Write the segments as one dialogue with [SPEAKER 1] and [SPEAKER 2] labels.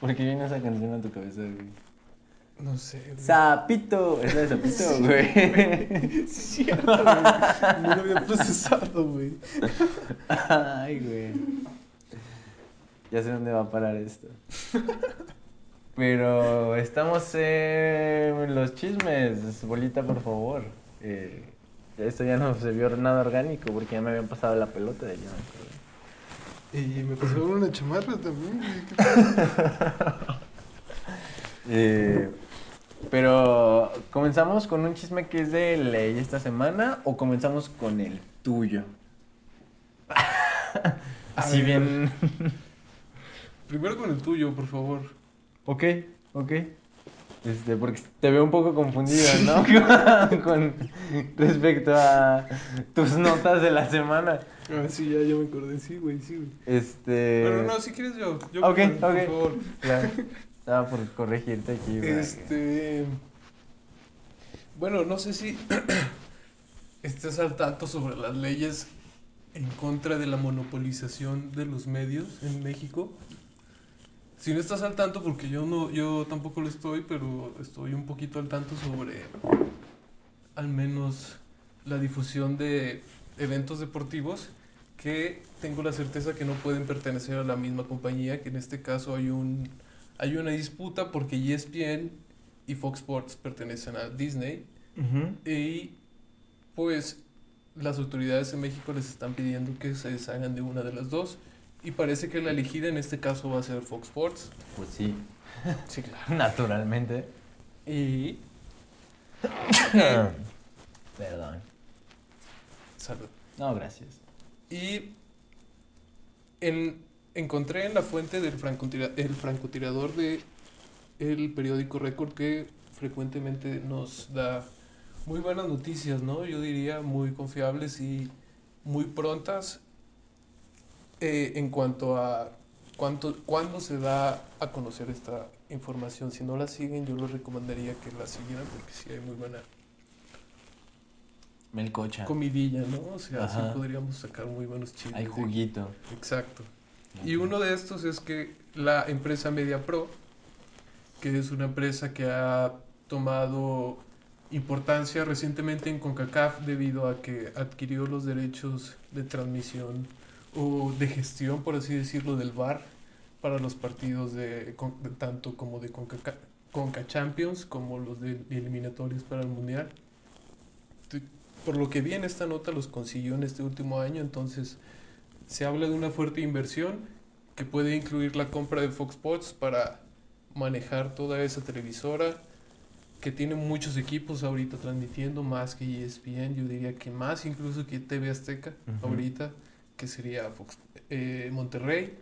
[SPEAKER 1] ¿Por qué viene esa canción a tu cabeza, güey?
[SPEAKER 2] No sé, güey.
[SPEAKER 1] Sapito, es la de Sapito, güey.
[SPEAKER 2] Sí, es cierto, güey. No lo había procesado, güey.
[SPEAKER 1] Ay, güey. Ya sé dónde va a parar esto. Pero estamos en los chismes. Bolita, por favor. Eh, esto ya no se vio nada orgánico porque ya me habían pasado la pelota de allá.
[SPEAKER 2] Y me pasaron una chamarra también, güey. ¿Qué tal?
[SPEAKER 1] Eh, pero, ¿comenzamos con un chisme que es de ley esta semana o comenzamos con el tuyo? Así
[SPEAKER 2] ver.
[SPEAKER 1] bien.
[SPEAKER 2] Primero con el tuyo, por favor.
[SPEAKER 1] ok, ok. Este, porque te veo un poco confundido, ¿no? con respecto a tus notas de la semana.
[SPEAKER 2] A ver, Ah, sí, ya, ya me acordé. Sí, güey, sí, güey.
[SPEAKER 1] Este.
[SPEAKER 2] Pero no, si quieres yo. yo
[SPEAKER 1] ok,
[SPEAKER 2] primero,
[SPEAKER 1] ok.
[SPEAKER 2] Por favor.
[SPEAKER 1] Claro. Estaba por corregirte aquí. para que-
[SPEAKER 2] Este. Bueno, no sé si estés al tanto sobre las leyes en contra de la monopolización de los medios en México. Si no estás al tanto, porque yo no, yo tampoco lo estoy, pero estoy un poquito al tanto sobre al menos la difusión de eventos deportivos que tengo la certeza que no pueden pertenecer a la misma compañía, que en este caso hay un hay una disputa porque E ESPN y Fox Sports pertenecen a Disney
[SPEAKER 1] Ujú.
[SPEAKER 2] y pues las autoridades en México les están pidiendo que se deshagan de una de las dos y parece que la elegida en este caso va a ser Fox Sports.
[SPEAKER 1] Pues sí,
[SPEAKER 2] Sí, claro.
[SPEAKER 1] naturalmente.
[SPEAKER 2] Y
[SPEAKER 1] Perdón.
[SPEAKER 2] salud.
[SPEAKER 1] No, gracias.
[SPEAKER 2] Y en- encontré en la fuente del francotira- el francotirador de el periódico Record que frecuentemente nos da muy buenas noticias, ¿no? Yo diría muy confiables y muy prontas eh, en cuanto a cuánto, cuándo se da a conocer esta información. Si no la siguen, yo les recomendaría que la siguieran porque sí hay muy buena
[SPEAKER 1] Melcocha.
[SPEAKER 2] comidilla, ¿no? O sea, sí
[SPEAKER 1] Ajá.
[SPEAKER 2] podríamos sacar muy buenos chistes.
[SPEAKER 1] Hay
[SPEAKER 2] de-
[SPEAKER 1] juguito.
[SPEAKER 2] Exacto. Y uno de estos es que la empresa MediaPro, que es una empresa que ha tomado importancia recientemente en CONCACAF debido a que adquirió los derechos de transmisión o de gestión, por así decirlo, del VAR para los partidos de, con- de tanto como de CONCACAF, Conca Champions como los de eliminatorios para el Mundial. Te- Por lo que vi en esta nota los consiguió en este último año, entonces se habla de una fuerte inversión que puede incluir la compra de Fox Sports para manejar toda esa televisora que tiene muchos equipos ahorita transmitiendo más que E ESPN, yo diría que más incluso que TV Azteca
[SPEAKER 1] Ujú.
[SPEAKER 2] ahorita, que sería Fox, eh, Monterrey,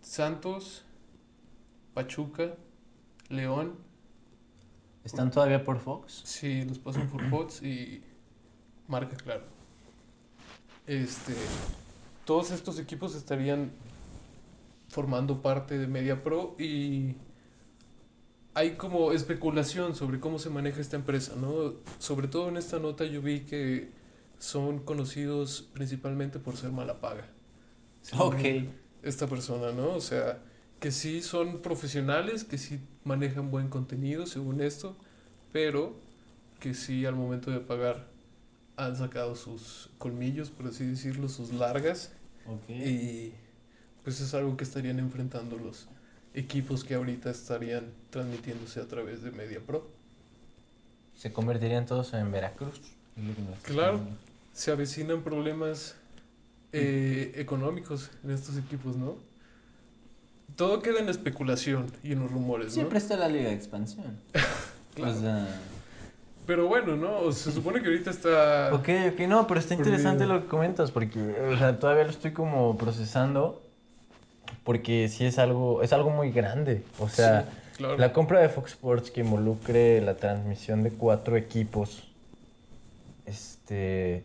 [SPEAKER 2] Santos, Pachuca, León,
[SPEAKER 1] ¿Están todavía por Fox?
[SPEAKER 2] Sí, los pasan por bots y marca, claro. Este, todos estos equipos estarían formando parte de Media Pro y hay como especulación sobre cómo se maneja esta empresa, ¿no? Sobre todo en esta nota yo vi que son conocidos principalmente por ser mala paga.
[SPEAKER 1] Ok.
[SPEAKER 2] Esta persona, ¿no? O sea, que sí son profesionales, que sí manejan buen contenido según esto, pero que sí al momento de pagar han sacado sus colmillos, por así decirlo, sus largas,
[SPEAKER 1] Ok.
[SPEAKER 2] y pues es algo que estarían enfrentando los equipos que ahorita estarían transmitiéndose a través de Media Pro.
[SPEAKER 1] ¿Se convertirían todos en Veracruz? Es lo que me estás
[SPEAKER 2] Claro.
[SPEAKER 1] diciendo.
[SPEAKER 2] Se avecinan problemas eh, económicos en estos equipos, ¿no? Todo queda en la especulación y en los rumores, ¿no?
[SPEAKER 1] Siempre está la Liga de Expansión.
[SPEAKER 2] Claro.
[SPEAKER 1] O sea.
[SPEAKER 2] Pero bueno, ¿no? O sea, se supone que ahorita está...
[SPEAKER 1] Ok, ok, no, pero está
[SPEAKER 2] Por
[SPEAKER 1] interesante
[SPEAKER 2] video.
[SPEAKER 1] lo que comentas porque o sea, todavía lo estoy como procesando porque sí es algo, es algo muy grande. O
[SPEAKER 2] Sí,
[SPEAKER 1] sea,
[SPEAKER 2] claro.
[SPEAKER 1] la compra de Fox Sports que involucre la transmisión de cuatro equipos, este,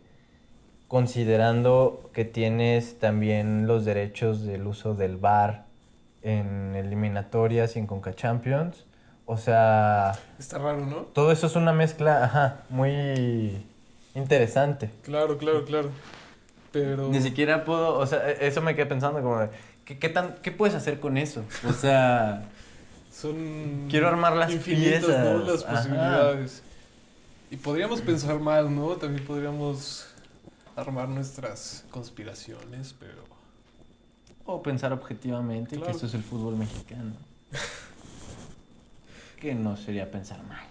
[SPEAKER 1] considerando que tienes también los derechos del uso del VAR en eliminatorias y en Conca Champions, o sea,
[SPEAKER 2] Está raro, ¿no?
[SPEAKER 1] todo eso es una mezcla, ajá, muy interesante.
[SPEAKER 2] Claro, claro, claro. Pero...
[SPEAKER 1] Ni siquiera puedo, o sea, e- eso me quedé pensando como, de, ¿qué, qué tan, ¿qué puedes hacer con eso? O sea,
[SPEAKER 2] Son
[SPEAKER 1] Quiero armar las
[SPEAKER 2] infinitas, ¿no?
[SPEAKER 1] piezas,
[SPEAKER 2] Las
[SPEAKER 1] ajá.
[SPEAKER 2] posibilidades. Y podríamos pensar más, ¿no? También podríamos armar nuestras conspiraciones, pero
[SPEAKER 1] O pensar objetivamente que
[SPEAKER 2] Claro.
[SPEAKER 1] esto es el fútbol mexicano. que no sería pensar mal.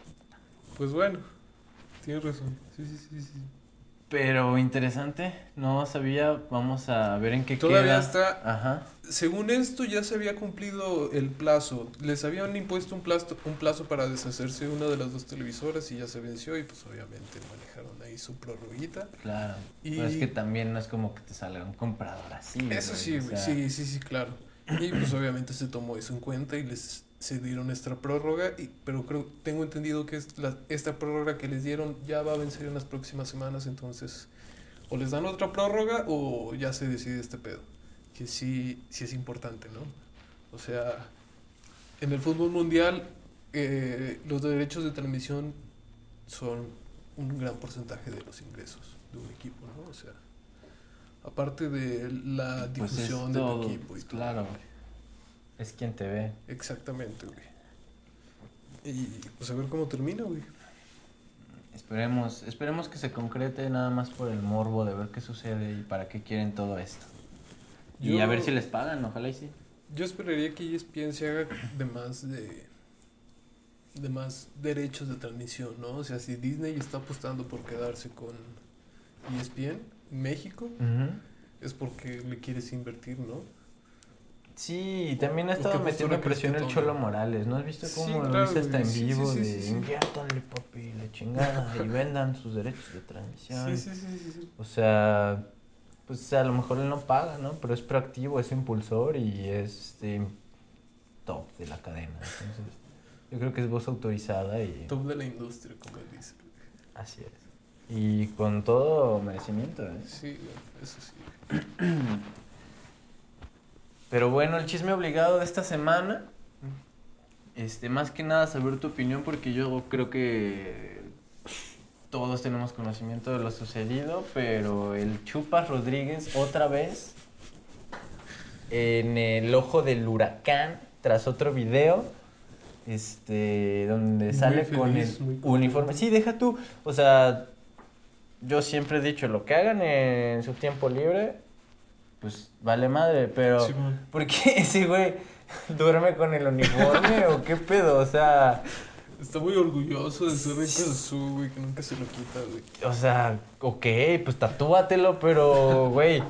[SPEAKER 2] pues bueno, tienes razón. Sí, sí, sí, sí.
[SPEAKER 1] Pero interesante, no sabía, vamos a ver en qué
[SPEAKER 2] Todavía
[SPEAKER 1] queda.
[SPEAKER 2] está-
[SPEAKER 1] Ajá.
[SPEAKER 2] Según esto ya se había cumplido el plazo. Les habían impuesto un plazo, un plazo para deshacerse de una de las dos televisoras y ya se venció y pues obviamente manejaron ahí su prorroguita.
[SPEAKER 1] Claro.
[SPEAKER 2] Y-
[SPEAKER 1] Pero es que también no es como que te salga un comprador así.
[SPEAKER 2] Eso
[SPEAKER 1] güey,
[SPEAKER 2] sí,
[SPEAKER 1] Mm, o
[SPEAKER 2] güey,
[SPEAKER 1] sea,
[SPEAKER 2] sí, sí, sí, claro. Y pues obviamente se tomó eso en cuenta y les se dieron esta prórroga, y, pero creo, tengo entendido que es la- esta prórroga que les dieron ya va a vencer en las próximas semanas, entonces o les dan otra prórroga o ya se decide este pedo, que sí, sí es importante, ¿no? O sea, en el fútbol mundial eh, los derechos de transmisión son un gran porcentaje de los ingresos de un equipo, ¿no? O sea, aparte de la
[SPEAKER 1] Pues es
[SPEAKER 2] difusión
[SPEAKER 1] todo,
[SPEAKER 2] del equipo y todo.
[SPEAKER 1] claro. Es quien te ve.
[SPEAKER 2] Exactamente, güey. Y pues a ver cómo termina, güey.
[SPEAKER 1] Esperemos, esperemos que se concrete nada más por el morbo de ver qué sucede y para qué quieren todo esto. Y a ver
[SPEAKER 2] Yo-
[SPEAKER 1] si les pagan, ojalá y sí.
[SPEAKER 2] Yo esperaría que E ESPN se haga de más de de más derechos de transmisión, ¿no? O sea, si Disney está apostando por quedarse con E ESPN en México, es porque le quieres invertir, ¿no?
[SPEAKER 1] Sí, y también ha
[SPEAKER 2] ¿O qué
[SPEAKER 1] estado
[SPEAKER 2] postura
[SPEAKER 1] metiendo
[SPEAKER 2] crees
[SPEAKER 1] presión
[SPEAKER 2] que
[SPEAKER 1] el
[SPEAKER 2] tome?
[SPEAKER 1] Cholo Morales. ¿No has visto
[SPEAKER 2] Sí,
[SPEAKER 1] cómo lo
[SPEAKER 2] claro,
[SPEAKER 1] viste hasta
[SPEAKER 2] güey,
[SPEAKER 1] en
[SPEAKER 2] sí, sí,
[SPEAKER 1] vivo?
[SPEAKER 2] sí, sí,
[SPEAKER 1] de
[SPEAKER 2] sí.
[SPEAKER 1] inviértanle, papi, la chingada y vendan sus derechos de transmisión.
[SPEAKER 2] sí, sí, sí.
[SPEAKER 1] O sea, pues a lo mejor él no paga, ¿no? Pero es proactivo, es impulsor y es este, top de la cadena. Entonces, yo creo que es voz autorizada y
[SPEAKER 2] Top de la industria, como él dice. güey.
[SPEAKER 1] así es. Y con todo merecimiento, ¿eh?
[SPEAKER 2] Sí, güey, eso sí.
[SPEAKER 1] Pero bueno, el chisme obligado de esta semana. Este, más que nada saber tu opinión porque yo creo que todos tenemos conocimiento de lo sucedido, pero el Chupas Rodríguez otra vez en el ojo del huracán tras otro video este donde
[SPEAKER 2] Muy
[SPEAKER 1] sale con el
[SPEAKER 2] feliz, muy contento.
[SPEAKER 1] uniforme. Sí, deja tú, o sea, yo siempre he dicho lo que hagan en su tiempo libre pues vale madre, pero
[SPEAKER 2] Simón.
[SPEAKER 1] ¿por qué ese güey duerme con el uniforme o qué pedo? O sea,
[SPEAKER 2] Está muy orgulloso de ser rico del sur, güey, que nunca se lo quita, güey.
[SPEAKER 1] o sea, ok, pues tatúatelo, pero güey,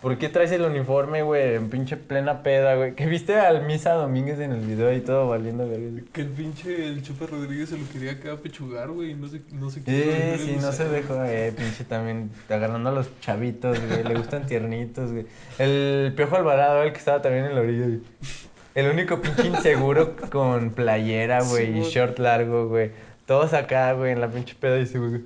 [SPEAKER 1] ¿por qué traes el uniforme, güey? En pinche plena peda, güey. Que viste al Misa Domínguez en el video y todo valiendo verga.
[SPEAKER 2] Que el pinche el Chupa Rodríguez se lo quería acá pechugar, güey, y no se, no se quiso
[SPEAKER 1] Eh,
[SPEAKER 2] vender
[SPEAKER 1] sí,
[SPEAKER 2] el
[SPEAKER 1] no se
[SPEAKER 2] museo.
[SPEAKER 1] dejó, eh, pinche también, agarrando a los chavitos, güey, le gustan tiernitos, güey. El Piojo Alvarado, el que estaba también en la orilla, güey. El único pinche inseguro con playera, güey,
[SPEAKER 2] Sí,
[SPEAKER 1] y
[SPEAKER 2] güey.
[SPEAKER 1] short largo, güey. Todos acá, güey, en la pinche peda y ese, güey.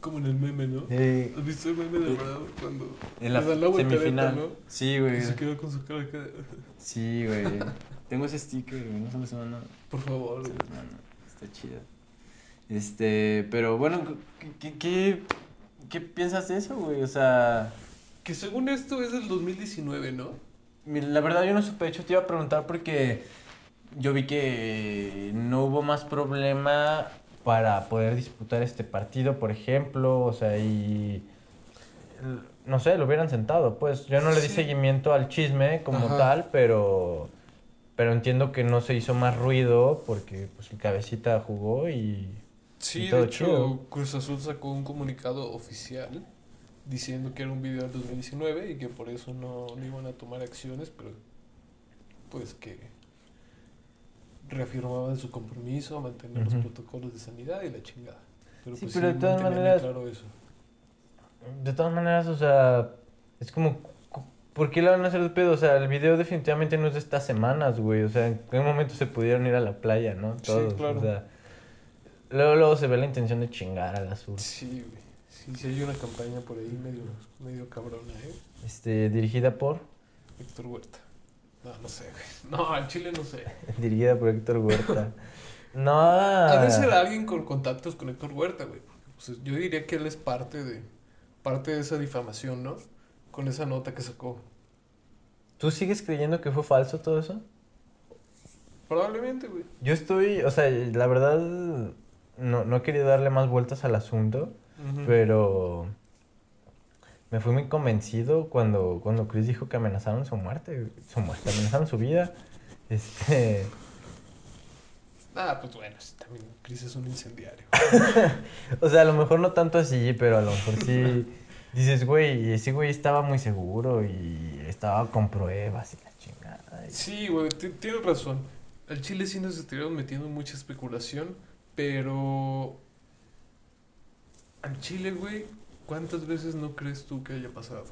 [SPEAKER 2] Como en el meme, ¿no?
[SPEAKER 1] Eh,
[SPEAKER 2] ¿Has visto el meme de verdad? Cuando
[SPEAKER 1] en la
[SPEAKER 2] le dan la voltereta,
[SPEAKER 1] semifinal.
[SPEAKER 2] ¿no?
[SPEAKER 1] Sí,
[SPEAKER 2] Y
[SPEAKER 1] güey.
[SPEAKER 2] se queda con su cara acá. de,
[SPEAKER 1] Sí, güey. Tengo ese sticker, güey, no se los mando.
[SPEAKER 2] Por favor,
[SPEAKER 1] Se
[SPEAKER 2] güey.
[SPEAKER 1] los mando, Está chido. Este, pero bueno, ¿qué- ¿qué, qué, qué piensas de eso, güey? O sea...
[SPEAKER 2] Que según esto es del 2019, ¿no?
[SPEAKER 1] Mira, la verdad yo no supe, de hecho te iba a preguntar porque yo vi que no hubo más problema para poder disputar este partido, por ejemplo, o sea, y l- no sé, lo hubieran sentado, pues yo no le di
[SPEAKER 2] Sí.
[SPEAKER 1] seguimiento al chisme como
[SPEAKER 2] Ajá.
[SPEAKER 1] tal, pero pero entiendo que no se hizo más ruido porque pues el cabecita jugó y
[SPEAKER 2] Sí,
[SPEAKER 1] todo
[SPEAKER 2] de hecho,
[SPEAKER 1] chido.
[SPEAKER 2] Cruz Azul sacó un comunicado oficial diciendo que era un video del 2019 y que por eso no, no iban a tomar acciones, pero pues que reafirmaban su compromiso a mantener los
[SPEAKER 1] Ujú.
[SPEAKER 2] protocolos de sanidad y la chingada. Pero
[SPEAKER 1] Sí,
[SPEAKER 2] pues
[SPEAKER 1] pero
[SPEAKER 2] sí,
[SPEAKER 1] de todas
[SPEAKER 2] mantenían bien
[SPEAKER 1] maneras-
[SPEAKER 2] claro eso.
[SPEAKER 1] De todas maneras, o sea, es como, cu- ¿por qué la van a hacer de pedo? O sea, el video definitivamente no es de estas semanas, güey. O sea, en qué momento se pudieron ir a la playa, ¿no?
[SPEAKER 2] Sí,
[SPEAKER 1] Todos,
[SPEAKER 2] claro.
[SPEAKER 1] o sea, luego, luego se ve la intención de chingar al azul.
[SPEAKER 2] Sí, güey. Sí, sí hay una campaña por ahí medio, medio cabrona, ¿eh?
[SPEAKER 1] Este, dirigida por,
[SPEAKER 2] Héctor Huerta. No, no sé, güey. No, al Chile no sé.
[SPEAKER 1] dirigida por Héctor Huerta. No.
[SPEAKER 2] Ha de ser alguien con contactos con Héctor Huerta, güey. porque, pues, yo diría que él es parte de, parte de esa difamación, ¿no? Con esa nota que sacó.
[SPEAKER 1] ¿Tú sigues creyendo que fue falso todo eso?
[SPEAKER 2] Probablemente, güey.
[SPEAKER 1] Yo estoy, o sea, la verdad, no, no quería darle más vueltas al asunto,
[SPEAKER 2] Ujú.
[SPEAKER 1] pero me fui muy convencido cuando, cuando Chris dijo que amenazaron su muerte, güey. su muerte, amenazaron su vida. Este,
[SPEAKER 2] Ah, pues bueno, sí, también Chris es un incendiario.
[SPEAKER 1] o sea, a lo mejor no tanto así, pero a lo mejor sí dices, güey, ese güey estaba muy seguro y estaba con pruebas y la chingada. y-
[SPEAKER 2] Sí, güey, ti- tienes razón. Al Chile sí nos estuvieron metiendo mucha especulación, pero... Al Chile, güey, ¿cuántas veces no crees tú que haya pasado?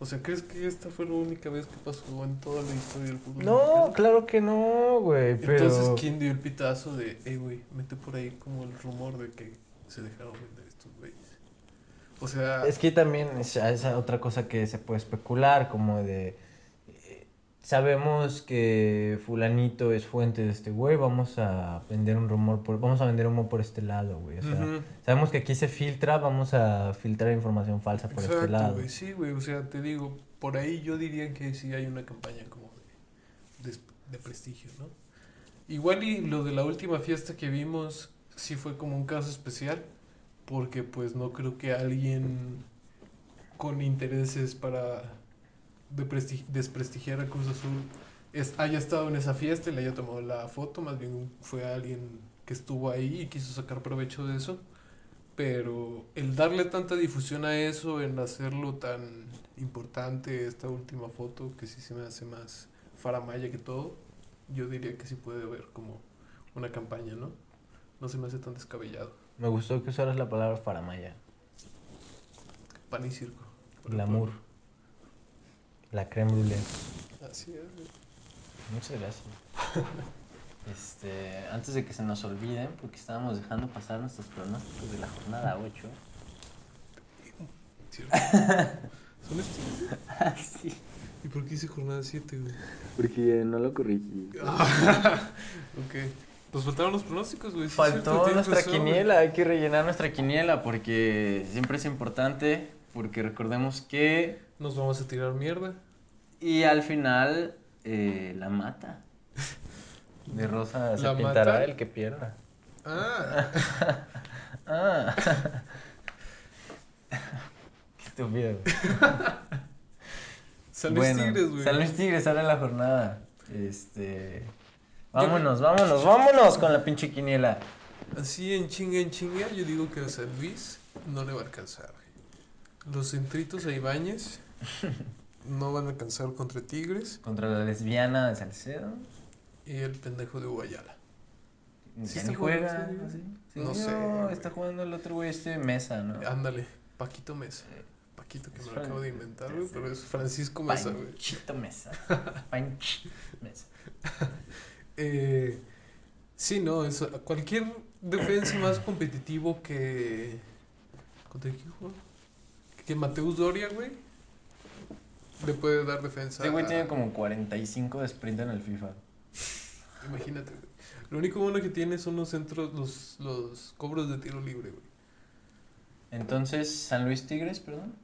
[SPEAKER 2] O sea, ¿crees que esta fue la única vez que pasó en toda la historia del fútbol?
[SPEAKER 1] No,
[SPEAKER 2] mexicano?
[SPEAKER 1] claro que no, güey, pero...
[SPEAKER 2] Entonces, ¿quién dio el pitazo de, hey, güey, mete por ahí como el rumor de que se dejaron vender estos güeyes? O sea,
[SPEAKER 1] Es que también es, es otra cosa que se puede especular, como de... eh, Sabemos que fulanito es fuente de este güey, vamos a vender un rumor por... Vamos a vender humo por este lado, güey. O sea,
[SPEAKER 2] ujú.
[SPEAKER 1] sabemos que aquí se filtra, vamos a filtrar información falsa por este
[SPEAKER 2] Exacto,
[SPEAKER 1] lado.
[SPEAKER 2] güey, sí, güey, o sea, te digo, por ahí yo diría que sí hay una campaña como de, de- de prestigio, ¿no? Igual y lo de la última fiesta que vimos sí fue como un caso especial, porque pues no creo que alguien con intereses para de presti- desprestigiar a Cruz Azul es- haya estado en esa fiesta y le haya tomado la foto, más bien fue alguien que estuvo ahí y quiso sacar provecho de eso. Pero el darle tanta difusión a eso, en hacerlo tan importante, esta última foto, que sí se me hace más faramaya que todo, yo diría que sí puede haber como una campaña, ¿no? No se me hace tan descabellado.
[SPEAKER 1] Me gustó que usaras la palabra faramaya,
[SPEAKER 2] Pan y circo. por
[SPEAKER 1] glamour, la creme brûlée.
[SPEAKER 2] ejemplo. Así es, güey.
[SPEAKER 1] Muchas gracias. Este, antes de que se nos olviden, porque estábamos dejando pasar nuestros pronósticos de la jornada 8.
[SPEAKER 2] Cierto. Son estos. güey?
[SPEAKER 1] sí.
[SPEAKER 2] ¿Y por qué hice jornada 7, güey?
[SPEAKER 1] Porque no lo corrigí.
[SPEAKER 2] ok. Nos faltaron los pronósticos, güey. sí es cierto,
[SPEAKER 1] Faltó
[SPEAKER 2] tienes
[SPEAKER 1] nuestra
[SPEAKER 2] razón, güey.
[SPEAKER 1] quiniela, hay que rellenar nuestra quiniela porque siempre es importante, porque recordemos que...
[SPEAKER 2] Nos vamos a tirar mierda.
[SPEAKER 1] Y al final, eh, la mata. De rosa se
[SPEAKER 2] ¿La
[SPEAKER 1] pintará
[SPEAKER 2] mata?
[SPEAKER 1] el que pierda.
[SPEAKER 2] Ah,
[SPEAKER 1] Ah. Qué estúpido. güey.
[SPEAKER 2] San Luis
[SPEAKER 1] Bueno,
[SPEAKER 2] Tigres, güey.
[SPEAKER 1] San Luis Tigres sale la jornada. Este. Vámonos, vámonos, vámonos con la pinche quiniela.
[SPEAKER 2] Así en chinga, en chinga, yo digo que a San Luis no le va a alcanzar. güey. Los centritos a Ibáñez no van a alcanzar contra Tigres
[SPEAKER 1] Contra la lesbiana de Salcedo.
[SPEAKER 2] y el pendejo de Guayala.
[SPEAKER 1] ¿Quién
[SPEAKER 2] Sí está jugando
[SPEAKER 1] juega?
[SPEAKER 2] ese, güey.
[SPEAKER 1] Sí,
[SPEAKER 2] No sé,
[SPEAKER 1] no,
[SPEAKER 2] güey. Ah,
[SPEAKER 1] Está jugando el otro güey este mesa, ¿no? Eh,
[SPEAKER 2] Ándale, Paquito Mesa. Paquito que
[SPEAKER 1] Es
[SPEAKER 2] me lo acabo de
[SPEAKER 1] Fran-
[SPEAKER 2] inventar, güey,
[SPEAKER 1] es-
[SPEAKER 2] pero es Francisco Mesa, güey.
[SPEAKER 1] Panchito Mesa. Panchito Mesa.
[SPEAKER 2] Eh, sí, no, eso, cualquier defensa más competitivo que. ¿Contra quién jugó? Que Mateus Doria, güey. Le puede dar defensa.
[SPEAKER 1] Este güey
[SPEAKER 2] a-
[SPEAKER 1] tiene como 45 de sprint en el FIFA.
[SPEAKER 2] Imagínate, güey. Lo único bueno que tiene son los centros, los, los cobros de tiro libre, güey.
[SPEAKER 1] Entonces, San Luis Tigres, perdón.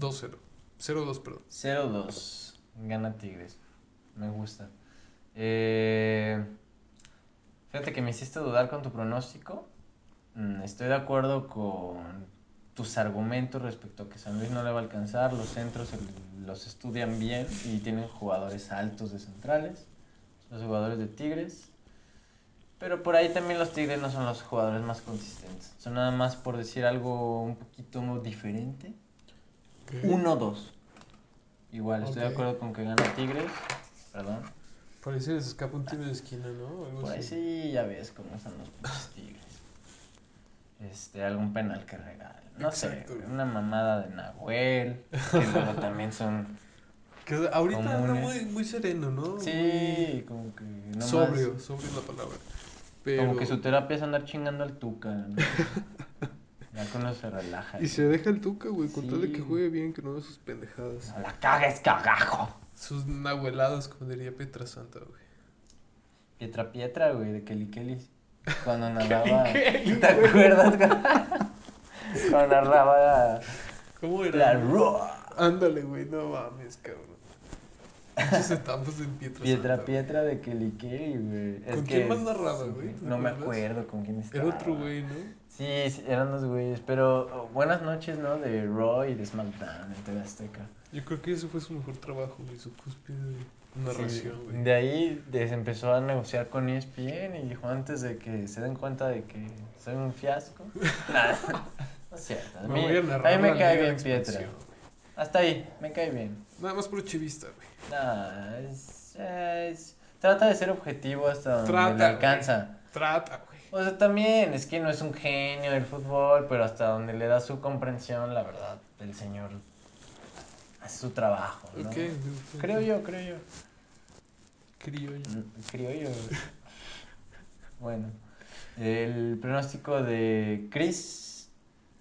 [SPEAKER 2] 2-0. 0-2, perdón.
[SPEAKER 1] 0-2. Gana Tigres. Me gusta. Eh, fíjate que me hiciste dudar con tu pronóstico. Mm, Estoy de acuerdo con tus argumentos respecto a que San Luis no le va a alcanzar. Los centros el- los estudian bien y tienen jugadores altos de centrales. Los jugadores de Tigres. Pero por ahí también los Tigres no son los jugadores más consistentes. Son nada más por decir algo un poquito diferente. 1-2. Igual, estoy de
[SPEAKER 2] Ok.
[SPEAKER 1] acuerdo con que gana Tigres. Perdón.
[SPEAKER 2] Por ahí se les escapa un tiro de esquina, ¿no? Algo
[SPEAKER 1] Por ahí Pues
[SPEAKER 2] así.
[SPEAKER 1] sí ya ves cómo están los pinches Tigres. Este, algún penal que regalen. No
[SPEAKER 2] Exacto.
[SPEAKER 1] sé, güey, una mamada de Nahuel. Que luego también son.
[SPEAKER 2] Que ahorita anda
[SPEAKER 1] Comunes.
[SPEAKER 2] muy, muy sereno, ¿no? Muy
[SPEAKER 1] Sí, como que. No más-
[SPEAKER 2] sobrio, sobrio es la palabra. Pero...
[SPEAKER 1] Como que su terapia es andar chingando al Tuca. ¿no? ya que uno se relaja.
[SPEAKER 2] Y se deja el tuca, güey, con tal de
[SPEAKER 1] Sí. Ah.
[SPEAKER 2] que juegue bien, que no haga sus pendejadas.
[SPEAKER 1] No la cagues, cagajo.
[SPEAKER 2] Sus nahueladas, como diría Petra Santa, güey.
[SPEAKER 1] Pietra Pietra, güey, de Kelly Kelly. Cuando narraba. ¿Te acuerdas? Cuando narraba
[SPEAKER 2] ¿Cómo
[SPEAKER 1] la
[SPEAKER 2] era?
[SPEAKER 1] Roa.
[SPEAKER 2] Ándale, güey, no mames, cabrón. Muchas etapas en Pietra
[SPEAKER 1] Pietra,
[SPEAKER 2] Santa.
[SPEAKER 1] Pietra de Kelikeli, güey. Es
[SPEAKER 2] ¿Con
[SPEAKER 1] que-
[SPEAKER 2] quién más narraba, güey? ¿Te
[SPEAKER 1] No me
[SPEAKER 2] acuerdas?
[SPEAKER 1] acuerdo con quién estaba.
[SPEAKER 2] Era otro güey, ¿no?
[SPEAKER 1] Sí, sí, eran dos güeyes. Pero oh, buenas noches, ¿no? De Raw y de SmackDown en TV Azteca.
[SPEAKER 2] Yo creo que ese fue su mejor trabajo, güey, su cúspide de narración,
[SPEAKER 1] Sí,
[SPEAKER 2] güey.
[SPEAKER 1] De ahí des- empezó a negociar con E ESPN y dijo antes de que se den cuenta de que soy un fiasco. Nada. No es cierto. A
[SPEAKER 2] Me
[SPEAKER 1] mí,
[SPEAKER 2] voy a
[SPEAKER 1] a
[SPEAKER 2] narrar
[SPEAKER 1] mí me
[SPEAKER 2] la
[SPEAKER 1] cae
[SPEAKER 2] Liga de
[SPEAKER 1] bien Pietra.
[SPEAKER 2] Expansión, güey.
[SPEAKER 1] Hasta ahí, me cae bien.
[SPEAKER 2] Nada más por chivista, güey.
[SPEAKER 1] Nah, es- es- trata de ser objetivo hasta donde
[SPEAKER 2] Trata,
[SPEAKER 1] le
[SPEAKER 2] güey.
[SPEAKER 1] alcanza.
[SPEAKER 2] Trata, güey.
[SPEAKER 1] O sea, también es que no es un genio del fútbol, pero hasta donde le da su comprensión, la verdad, el señor hace su trabajo. ¿no?
[SPEAKER 2] Ok.
[SPEAKER 1] Creo yo, creo yo.
[SPEAKER 2] Creo yo.
[SPEAKER 1] Mm, Criollo. bueno, el pronóstico de Chris.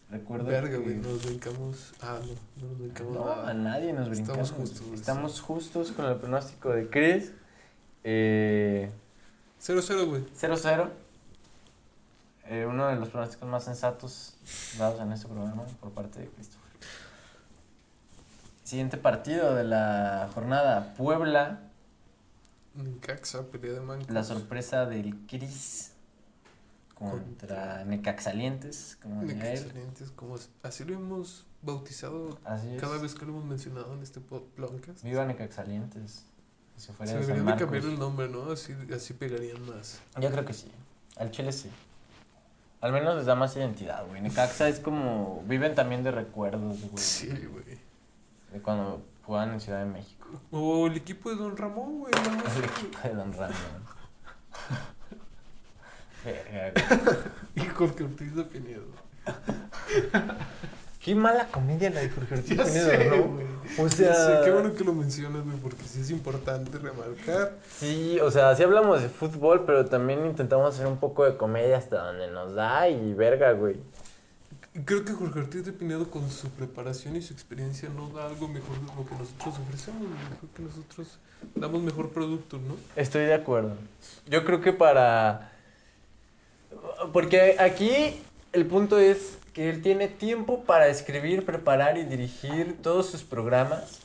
[SPEAKER 1] Recuerdo
[SPEAKER 2] Verga,
[SPEAKER 1] que-
[SPEAKER 2] güey, nos brincamos. Ah, no, no nos brincamos
[SPEAKER 1] No, a
[SPEAKER 2] nada.
[SPEAKER 1] nadie nos brincamos.
[SPEAKER 2] Estamos justos, güey,
[SPEAKER 1] Estamos justos con el pronóstico de Chris. Eh,
[SPEAKER 2] 0-0, güey.
[SPEAKER 1] 0-0. Eh, uno de los pronósticos más sensatos dados en este programa por parte de Christopher. Siguiente partido de la jornada: Puebla,
[SPEAKER 2] Necaxa, pelea de mancos.
[SPEAKER 1] La sorpresa del Cris contra
[SPEAKER 2] Contra-
[SPEAKER 1] Necaxalientes, como diría él.
[SPEAKER 2] Necaxalientes, como así lo hemos bautizado
[SPEAKER 1] Así es.
[SPEAKER 2] cada vez que lo hemos mencionado en este pod- podcast.
[SPEAKER 1] Viva Necaxalientes. Si se fuera
[SPEAKER 2] Se
[SPEAKER 1] de San
[SPEAKER 2] deberían de cambiar el
[SPEAKER 1] Marcos.
[SPEAKER 2] nombre, ¿no? Así, así pegarían más.
[SPEAKER 1] Yo creo que sí. Al Chile sí. Al menos les da más identidad, güey. Necaxa es como. Viven también de recuerdos, güey.
[SPEAKER 2] Sí, güey.
[SPEAKER 1] De cuando jugaban en Ciudad de México.
[SPEAKER 2] O el equipo de Don Ramón, güey. no mames,
[SPEAKER 1] El
[SPEAKER 2] güey.
[SPEAKER 1] equipo de Don Ramón. Verga, güey.
[SPEAKER 2] Y Jorge Ortiz de Pinedo.
[SPEAKER 1] Qué mala comedia la de Jorge Ortiz
[SPEAKER 2] Ya
[SPEAKER 1] Pinedo,
[SPEAKER 2] sé,
[SPEAKER 1] ¿no?
[SPEAKER 2] güey.
[SPEAKER 1] O
[SPEAKER 2] Ya
[SPEAKER 1] sea.
[SPEAKER 2] sé, qué bueno que lo mencionas, güey, porque sí es importante remarcar.
[SPEAKER 1] Sí, o sea, sí hablamos de fútbol, pero también intentamos hacer un poco de comedia hasta donde nos da y verga, güey.
[SPEAKER 2] Creo que Jorge Ortiz de Pinedo, con su preparación y su experiencia, no da algo mejor de lo que nosotros ofrecemos. güey. Creo que nosotros damos mejor producto, ¿no?
[SPEAKER 1] Estoy de acuerdo. Yo creo que para... Porque aquí el punto es que él tiene tiempo para escribir, preparar y dirigir todos sus programas.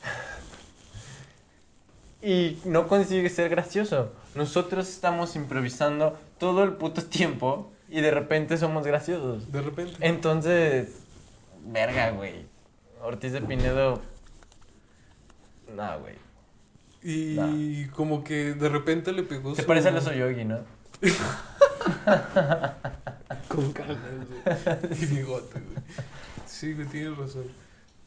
[SPEAKER 1] Y no consigue ser gracioso. Nosotros estamos improvisando todo el puto tiempo y de repente somos graciosos.
[SPEAKER 2] De
[SPEAKER 1] Eh,
[SPEAKER 2] repente.
[SPEAKER 1] Entonces, verga, güey. Ortiz de Pinedo. No, güey.
[SPEAKER 2] Y como que de repente le pegó.
[SPEAKER 1] Se
[SPEAKER 2] su-
[SPEAKER 1] parece al oso yogi, ¿no?
[SPEAKER 2] Con canas, güey. Y bigote, güey. Sí, güey, tienes razón.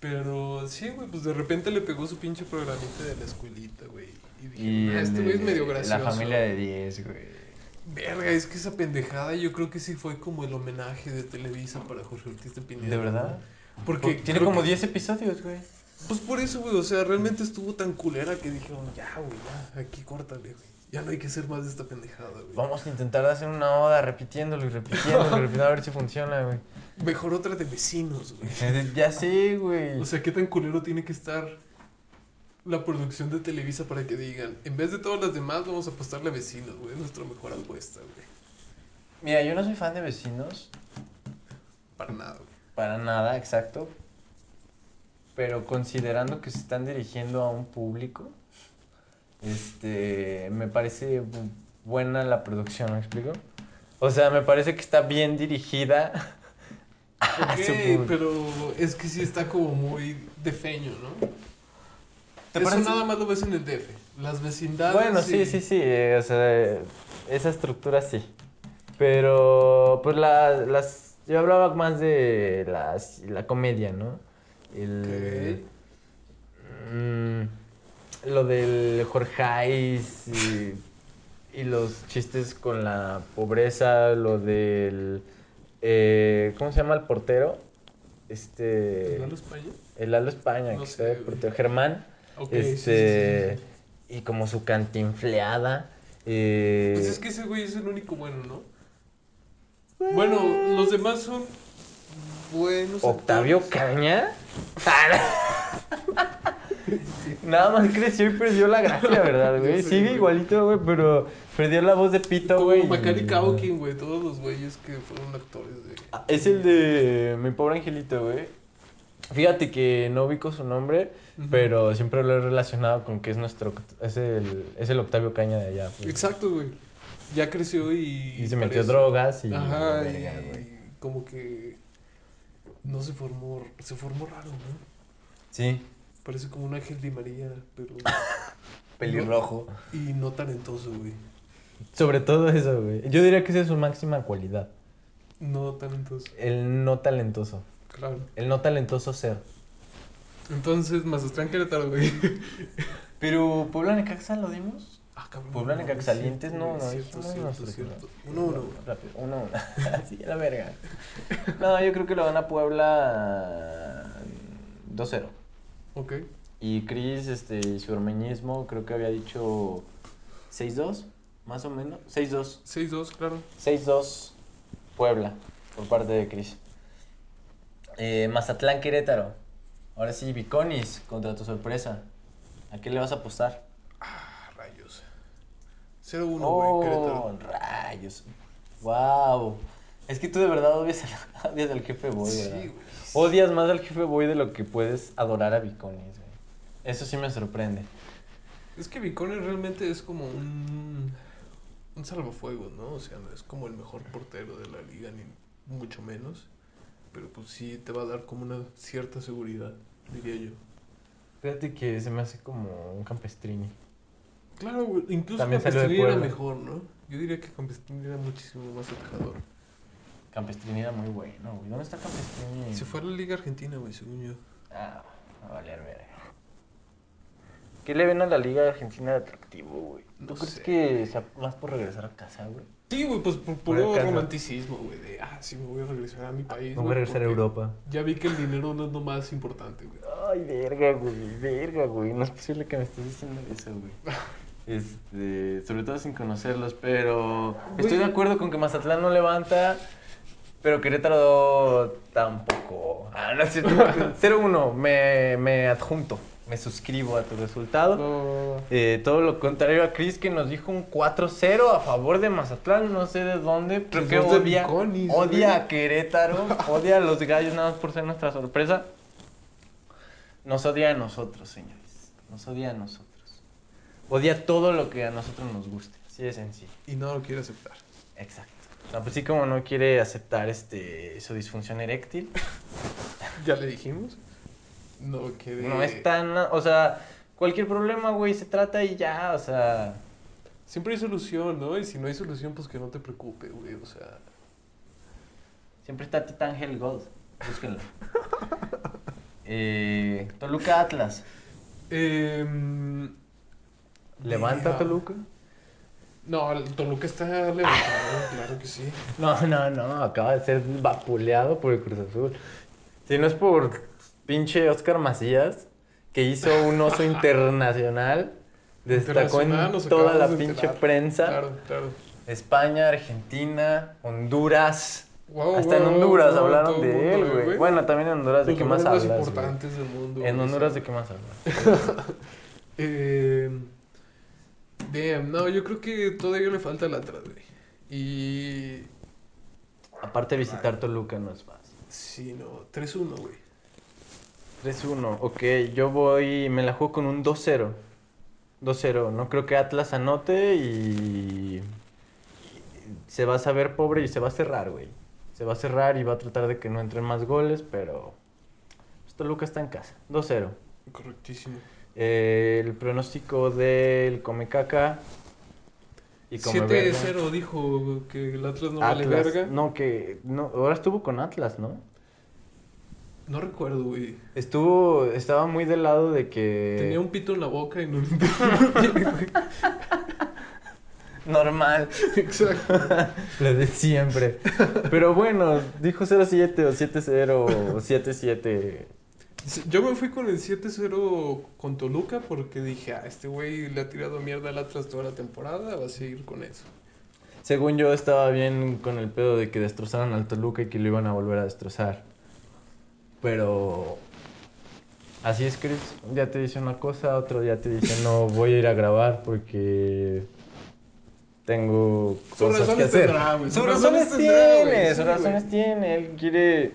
[SPEAKER 2] Pero sí, güey, pues de repente le pegó su pinche programita de la escuelita, güey. Y dije, "Ah, este
[SPEAKER 1] el
[SPEAKER 2] güey es
[SPEAKER 1] de
[SPEAKER 2] medio gracioso.
[SPEAKER 1] La familia de 10, güey.
[SPEAKER 2] Verga, es que esa pendejada yo creo que sí fue como el homenaje de Televisa para Jorge Ortiz de Pinedo.
[SPEAKER 1] ¿De verdad?
[SPEAKER 2] Porque
[SPEAKER 1] tiene
[SPEAKER 2] creo
[SPEAKER 1] como
[SPEAKER 2] que-
[SPEAKER 1] 10 episodios, güey.
[SPEAKER 2] Pues por eso, güey, o sea, realmente estuvo tan culera que dijeron, ya, güey, ya, aquí córtale, güey. Ya no hay que hacer más de esta pendejada, güey.
[SPEAKER 1] Vamos a intentar hacer una oda repitiéndolo y repitiéndolo y repitiéndolo a ver si funciona, güey.
[SPEAKER 2] Mejor otra de vecinos, güey.
[SPEAKER 1] Ya sí, güey.
[SPEAKER 2] O sea, ¿qué tan culero tiene que estar la producción de Televisa para que digan, en vez de todas las demás, vamos a apostarle a vecinos, güey? Es nuestra mejor apuesta, güey.
[SPEAKER 1] Mira, yo no soy fan de vecinos.
[SPEAKER 2] Para nada, güey.
[SPEAKER 1] Para nada, exacto. Pero considerando que se están dirigiendo a un público, este, me parece bu- buena la producción, ¿me explico? O sea, me parece que está bien dirigida a su
[SPEAKER 2] Ok,
[SPEAKER 1] público.
[SPEAKER 2] pero es que sí está como muy de feño, ¿no?
[SPEAKER 1] ¿Te
[SPEAKER 2] Eso
[SPEAKER 1] parece?
[SPEAKER 2] nada más lo ves en el DF. Las vecindades.
[SPEAKER 1] Bueno, sí, sí, sí, eh, o sea, esa estructura sí. Pero, pues la- las, yo hablaba más de las, la comedia, ¿no? El, Mm, lo del Jorgeis y, y los chistes con la pobreza, lo del... eh, ¿Cómo se llama el portero? Este...
[SPEAKER 2] ¿No los payas?
[SPEAKER 1] El Lalo España,
[SPEAKER 2] No
[SPEAKER 1] que
[SPEAKER 2] sé,
[SPEAKER 1] fue el
[SPEAKER 2] güey.
[SPEAKER 1] portero Germán.
[SPEAKER 2] Ok, sí, sí,
[SPEAKER 1] este...
[SPEAKER 2] sí, sí, sí.
[SPEAKER 1] Y como su cantinfleada. eh,
[SPEAKER 2] Pues es que ese güey es el único bueno, ¿no? Bueno, los demás son buenos.
[SPEAKER 1] Octavio
[SPEAKER 2] actores.
[SPEAKER 1] Caña. Nada más creció y perdió la gracia, ¿verdad, güey?
[SPEAKER 2] Ya sé,
[SPEAKER 1] Sigue
[SPEAKER 2] güey.
[SPEAKER 1] igualito, güey, pero perdió la voz de Pito,
[SPEAKER 2] Como
[SPEAKER 1] güey.
[SPEAKER 2] Macari
[SPEAKER 1] y-
[SPEAKER 2] Kaukin, güey, todos los güeyes que fueron actores de...
[SPEAKER 1] Ah, Es el de Mi Pobre Angelito, güey. Fíjate que no ubico su nombre,
[SPEAKER 2] Ujú.
[SPEAKER 1] pero siempre lo he relacionado con que es nuestro, es el, es el Octavio Caña de allá. pues.
[SPEAKER 2] Exacto, güey. Ya creció y.
[SPEAKER 1] Y se metió
[SPEAKER 2] parece-
[SPEAKER 1] drogas y...
[SPEAKER 2] Ajá, y,
[SPEAKER 1] verga, güey.
[SPEAKER 2] como que. No se formó. Se formó raro, ¿no?
[SPEAKER 1] Sí,
[SPEAKER 2] Parece como un ángel de María, pero.
[SPEAKER 3] Pelirrojo.
[SPEAKER 2] y no talentoso, güey.
[SPEAKER 1] sobre todo eso, güey. Yo diría que esa es su máxima cualidad.
[SPEAKER 2] No talentoso,
[SPEAKER 1] El no talentoso.
[SPEAKER 2] claro.
[SPEAKER 1] El no talentoso ser.
[SPEAKER 2] Entonces, Mazatlán Querétaro, güey.
[SPEAKER 1] Pero Puebla Necaxa lo dimos.
[SPEAKER 2] Ah, cabrón.
[SPEAKER 1] Puebla
[SPEAKER 2] no,
[SPEAKER 1] Necaxalientes,
[SPEAKER 2] cierto,
[SPEAKER 1] no,
[SPEAKER 2] güey,
[SPEAKER 1] no,
[SPEAKER 2] Cierto,
[SPEAKER 1] no, no,
[SPEAKER 2] cierto,
[SPEAKER 1] no,
[SPEAKER 2] cierto.
[SPEAKER 1] no.
[SPEAKER 2] Uno, uno. güey.
[SPEAKER 1] Rápido, uno, uno. sí, a la verga. No, yo creo que lo van a Puebla mm, 2-0.
[SPEAKER 2] Ok.
[SPEAKER 1] Y Chris, este, y su ormeñismo, creo que había dicho 6-2, más o menos. 6-2.
[SPEAKER 2] 6-2, claro.
[SPEAKER 1] 6-2 Puebla, por parte de Chris. Eh, Mazatlán Querétaro. Ahora sí, Viconis, contra tu sorpresa. ¿A qué le vas a apostar?
[SPEAKER 2] Ah, rayos. 0-1, güey,
[SPEAKER 1] oh,
[SPEAKER 2] Querétaro.
[SPEAKER 1] rayos. Wow. Es que tú de verdad odias al, odias al jefe Boy,
[SPEAKER 2] Sí,
[SPEAKER 1] ¿verdad?
[SPEAKER 2] güey.
[SPEAKER 1] Odias más al jefe Boy de lo que puedes adorar a Viconis, güey. Eso sí me sorprende.
[SPEAKER 2] Es que Bicones realmente es como un. Un salvafuegos, ¿no? O sea, no es como el mejor portero de la liga, ni mucho menos. Pero pues sí te va a dar como una cierta seguridad, diría yo.
[SPEAKER 1] Fíjate que se me hace como un campestrini.
[SPEAKER 2] Claro, güey. Incluso
[SPEAKER 1] También salió de
[SPEAKER 2] Campestrini era
[SPEAKER 1] Puebla.
[SPEAKER 2] mejor, ¿no? Yo diría que Campestrini era muchísimo más atajador.
[SPEAKER 1] Campestrini era muy bueno, güey. ¿Dónde está Campestrini?
[SPEAKER 2] Se fue a la Liga Argentina, güey, según yo.
[SPEAKER 1] Ah, a valer verga. ¿Qué le ven a la Liga Argentina de atractivo, güey?
[SPEAKER 2] No
[SPEAKER 1] ¿Tú crees
[SPEAKER 2] sé.
[SPEAKER 1] que sea más por regresar a casa, güey?
[SPEAKER 2] Sí, güey, pues por
[SPEAKER 1] Por
[SPEAKER 2] puro
[SPEAKER 1] acá, ¿no?
[SPEAKER 2] romanticismo, güey. De, ah, sí, me voy a regresar a mi país.
[SPEAKER 1] No voy a regresar a
[SPEAKER 2] Porque
[SPEAKER 1] Europa.
[SPEAKER 2] Ya vi que el dinero no es lo más importante, güey.
[SPEAKER 1] Ay, verga, güey, verga, güey. No es posible que me estés diciendo eso, güey. Este, sobre todo sin conocerlos, pero estoy de acuerdo con que Mazatlán no levanta, pero Querétaro tampoco. Ah, no es cierto. 0-1, me, me adjunto, me suscribo a tu resultado.
[SPEAKER 2] No,
[SPEAKER 1] Eh, todo lo contrario a Chris que nos dijo un 4-0 a favor de Mazatlán, no sé de dónde, pero
[SPEAKER 2] Pues
[SPEAKER 1] que
[SPEAKER 2] los de
[SPEAKER 1] odia,
[SPEAKER 2] Biconis,
[SPEAKER 1] odia
[SPEAKER 2] güey.
[SPEAKER 1] a Querétaro, odia a los gallos nada más por ser nuestra sorpresa. Nos odia a nosotros, señores. Nos odia a nosotros. Odia todo lo que a nosotros nos guste. Así de sencillo.
[SPEAKER 2] y no lo quiere aceptar.
[SPEAKER 1] Exacto. O sea, pues sí, como no quiere aceptar este su disfunción eréctil.
[SPEAKER 2] Ya le dijimos. No lo quiere.
[SPEAKER 1] No es tan. O sea, cualquier problema, güey, se trata y ya. O sea.
[SPEAKER 2] Siempre hay solución, ¿no? Y si no hay solución, pues que no te preocupe, güey. O sea,
[SPEAKER 1] Siempre está Titan Hell Gold. Búsquenlo. Eh, Toluca Atlas.
[SPEAKER 2] em,
[SPEAKER 1] ¿Levanta
[SPEAKER 2] Mira.
[SPEAKER 1] Toluca?
[SPEAKER 2] no, el Toluca está levantado, claro que sí.
[SPEAKER 1] No, no, no. Acaba de ser vapuleado por el Cruz Azul. Si no es por pinche Oscar Macías, que hizo un oso internacional, destacó en
[SPEAKER 2] Internacional, nos
[SPEAKER 1] toda la
[SPEAKER 2] acabamos de
[SPEAKER 1] pinche
[SPEAKER 2] enterar.
[SPEAKER 1] prensa.
[SPEAKER 2] Claro, claro.
[SPEAKER 1] España, Argentina, Honduras.
[SPEAKER 2] Wow,
[SPEAKER 1] Hasta en
[SPEAKER 2] wow,
[SPEAKER 1] Honduras
[SPEAKER 2] wow,
[SPEAKER 1] hablaron
[SPEAKER 2] todo el
[SPEAKER 1] de
[SPEAKER 2] mundo,
[SPEAKER 1] él, güey. Bueno, también en Honduras, ¿de
[SPEAKER 2] Los
[SPEAKER 1] qué más
[SPEAKER 2] lugares
[SPEAKER 1] hablas?
[SPEAKER 2] más
[SPEAKER 1] güey?
[SPEAKER 2] importantes del mundo.
[SPEAKER 1] En
[SPEAKER 2] güey,
[SPEAKER 1] Honduras,
[SPEAKER 2] sí.
[SPEAKER 1] ¿de qué más hablas?
[SPEAKER 2] Eh, damn, no, yo creo que todavía le falta el atrás, güey. Y.
[SPEAKER 1] Aparte, visitar Toluca no es fácil.
[SPEAKER 2] Sí, no, 3-1, güey.
[SPEAKER 1] 3-1, ok, yo voy, me la juego con un 2-0. 2-0, no creo que Atlas anote y se va a saber pobre y se va a cerrar, güey. Se va a cerrar y va a tratar de que no entren más goles, pero pues, Toluca está en casa. 2-0.
[SPEAKER 2] Correctísimo.
[SPEAKER 1] Eh, el pronóstico del Comecaca y Comeverga.
[SPEAKER 2] 7-0 dijo que el Atlas no vale
[SPEAKER 1] Atlas. Mm.
[SPEAKER 2] verga. No,
[SPEAKER 1] No, que no, ahora estuvo con Atlas, ¿no?
[SPEAKER 2] recuerdo, güey.
[SPEAKER 1] Estuvo, estaba muy del lado de que...
[SPEAKER 2] Tenía un pito en la boca y no lo
[SPEAKER 1] Normal.
[SPEAKER 2] Exacto.
[SPEAKER 1] Lo de siempre. Pero bueno, dijo 07 o 70 o 77.
[SPEAKER 2] Yo me fui con el 7-0 con Toluca porque dije, ah, este güey le ha tirado mierda al Atlas toda la temporada, va a seguir con eso.
[SPEAKER 1] Según yo estaba bien con el pedo de que destrozaron al Toluca y que lo iban a volver a destrozar. Pero así es, Chris. Un día te dice una cosa, otro día te dice no voy a ir a grabar porque tengo
[SPEAKER 2] Sus
[SPEAKER 1] cosas que
[SPEAKER 2] razones
[SPEAKER 1] hacer.
[SPEAKER 2] tendrá, güey,
[SPEAKER 1] Sus
[SPEAKER 2] sus
[SPEAKER 1] razones
[SPEAKER 2] razones tendrá, güey,
[SPEAKER 1] tiene,
[SPEAKER 2] sí,
[SPEAKER 1] sus razones
[SPEAKER 2] güey.
[SPEAKER 1] tiene. Él quiere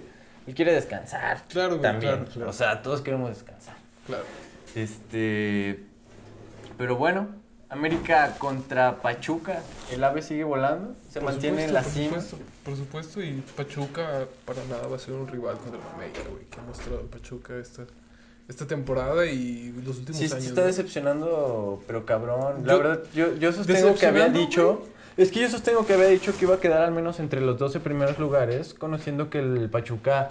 [SPEAKER 1] Él quiere descansar.
[SPEAKER 2] Claro, güey,
[SPEAKER 1] También.
[SPEAKER 2] claro, claro.
[SPEAKER 1] O sea, todos queremos descansar.
[SPEAKER 2] Claro.
[SPEAKER 1] Este. Pero bueno, América contra Pachuca. El ave sigue volando. Se
[SPEAKER 2] Por
[SPEAKER 1] mantiene en
[SPEAKER 2] supuesto,
[SPEAKER 1] la
[SPEAKER 2] por
[SPEAKER 1] cima.
[SPEAKER 2] Supuesto, por supuesto, y Pachuca para nada va a ser un rival contra la América, güey, que ha mostrado Pachuca esta, esta temporada y los últimos
[SPEAKER 1] Sí,
[SPEAKER 2] años.
[SPEAKER 1] sí está
[SPEAKER 2] ¿no?
[SPEAKER 1] decepcionando, pero cabrón. La
[SPEAKER 2] Yo-
[SPEAKER 1] verdad, yo, yo sostengo que había
[SPEAKER 2] ¿Decepcionando,
[SPEAKER 1] dicho. Es que yo sostengo que había dicho que iba a quedar al menos entre los 12 primeros lugares, conociendo que el Pachuca,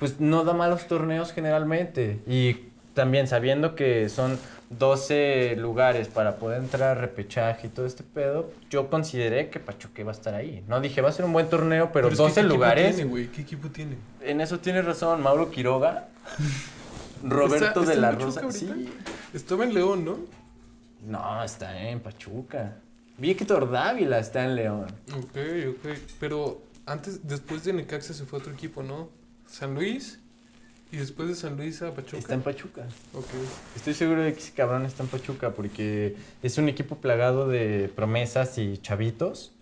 [SPEAKER 1] pues no da malos torneos generalmente. Y también sabiendo que son 12 lugares para poder entrar a repechaje y todo este pedo, yo consideré que Pachuca iba a estar ahí. No dije, va a ser un buen torneo, pero,
[SPEAKER 2] es que,
[SPEAKER 1] 12
[SPEAKER 2] ¿qué equipo
[SPEAKER 1] lugares.
[SPEAKER 2] tiene, güey? ¿Qué equipo tiene?
[SPEAKER 1] En eso tiene razón Mauro Quiroga, Roberto
[SPEAKER 2] ¿Está- está
[SPEAKER 1] de la
[SPEAKER 2] en Pachuca
[SPEAKER 1] Rosa.
[SPEAKER 2] ahorita?
[SPEAKER 1] Sí.
[SPEAKER 2] Estaba en León, ¿no?
[SPEAKER 1] No, está en Pachuca. Víctor Dávila está en León.
[SPEAKER 2] Ok, ok. Pero antes, después de Necaxa se fue a otro equipo, ¿no? San Luis. Y después de San Luis a Pachuca.
[SPEAKER 1] Está en Pachuca.
[SPEAKER 2] Ok.
[SPEAKER 1] Estoy seguro de que ese cabrón está en Pachuca porque es un equipo plagado de promesas y chavitos.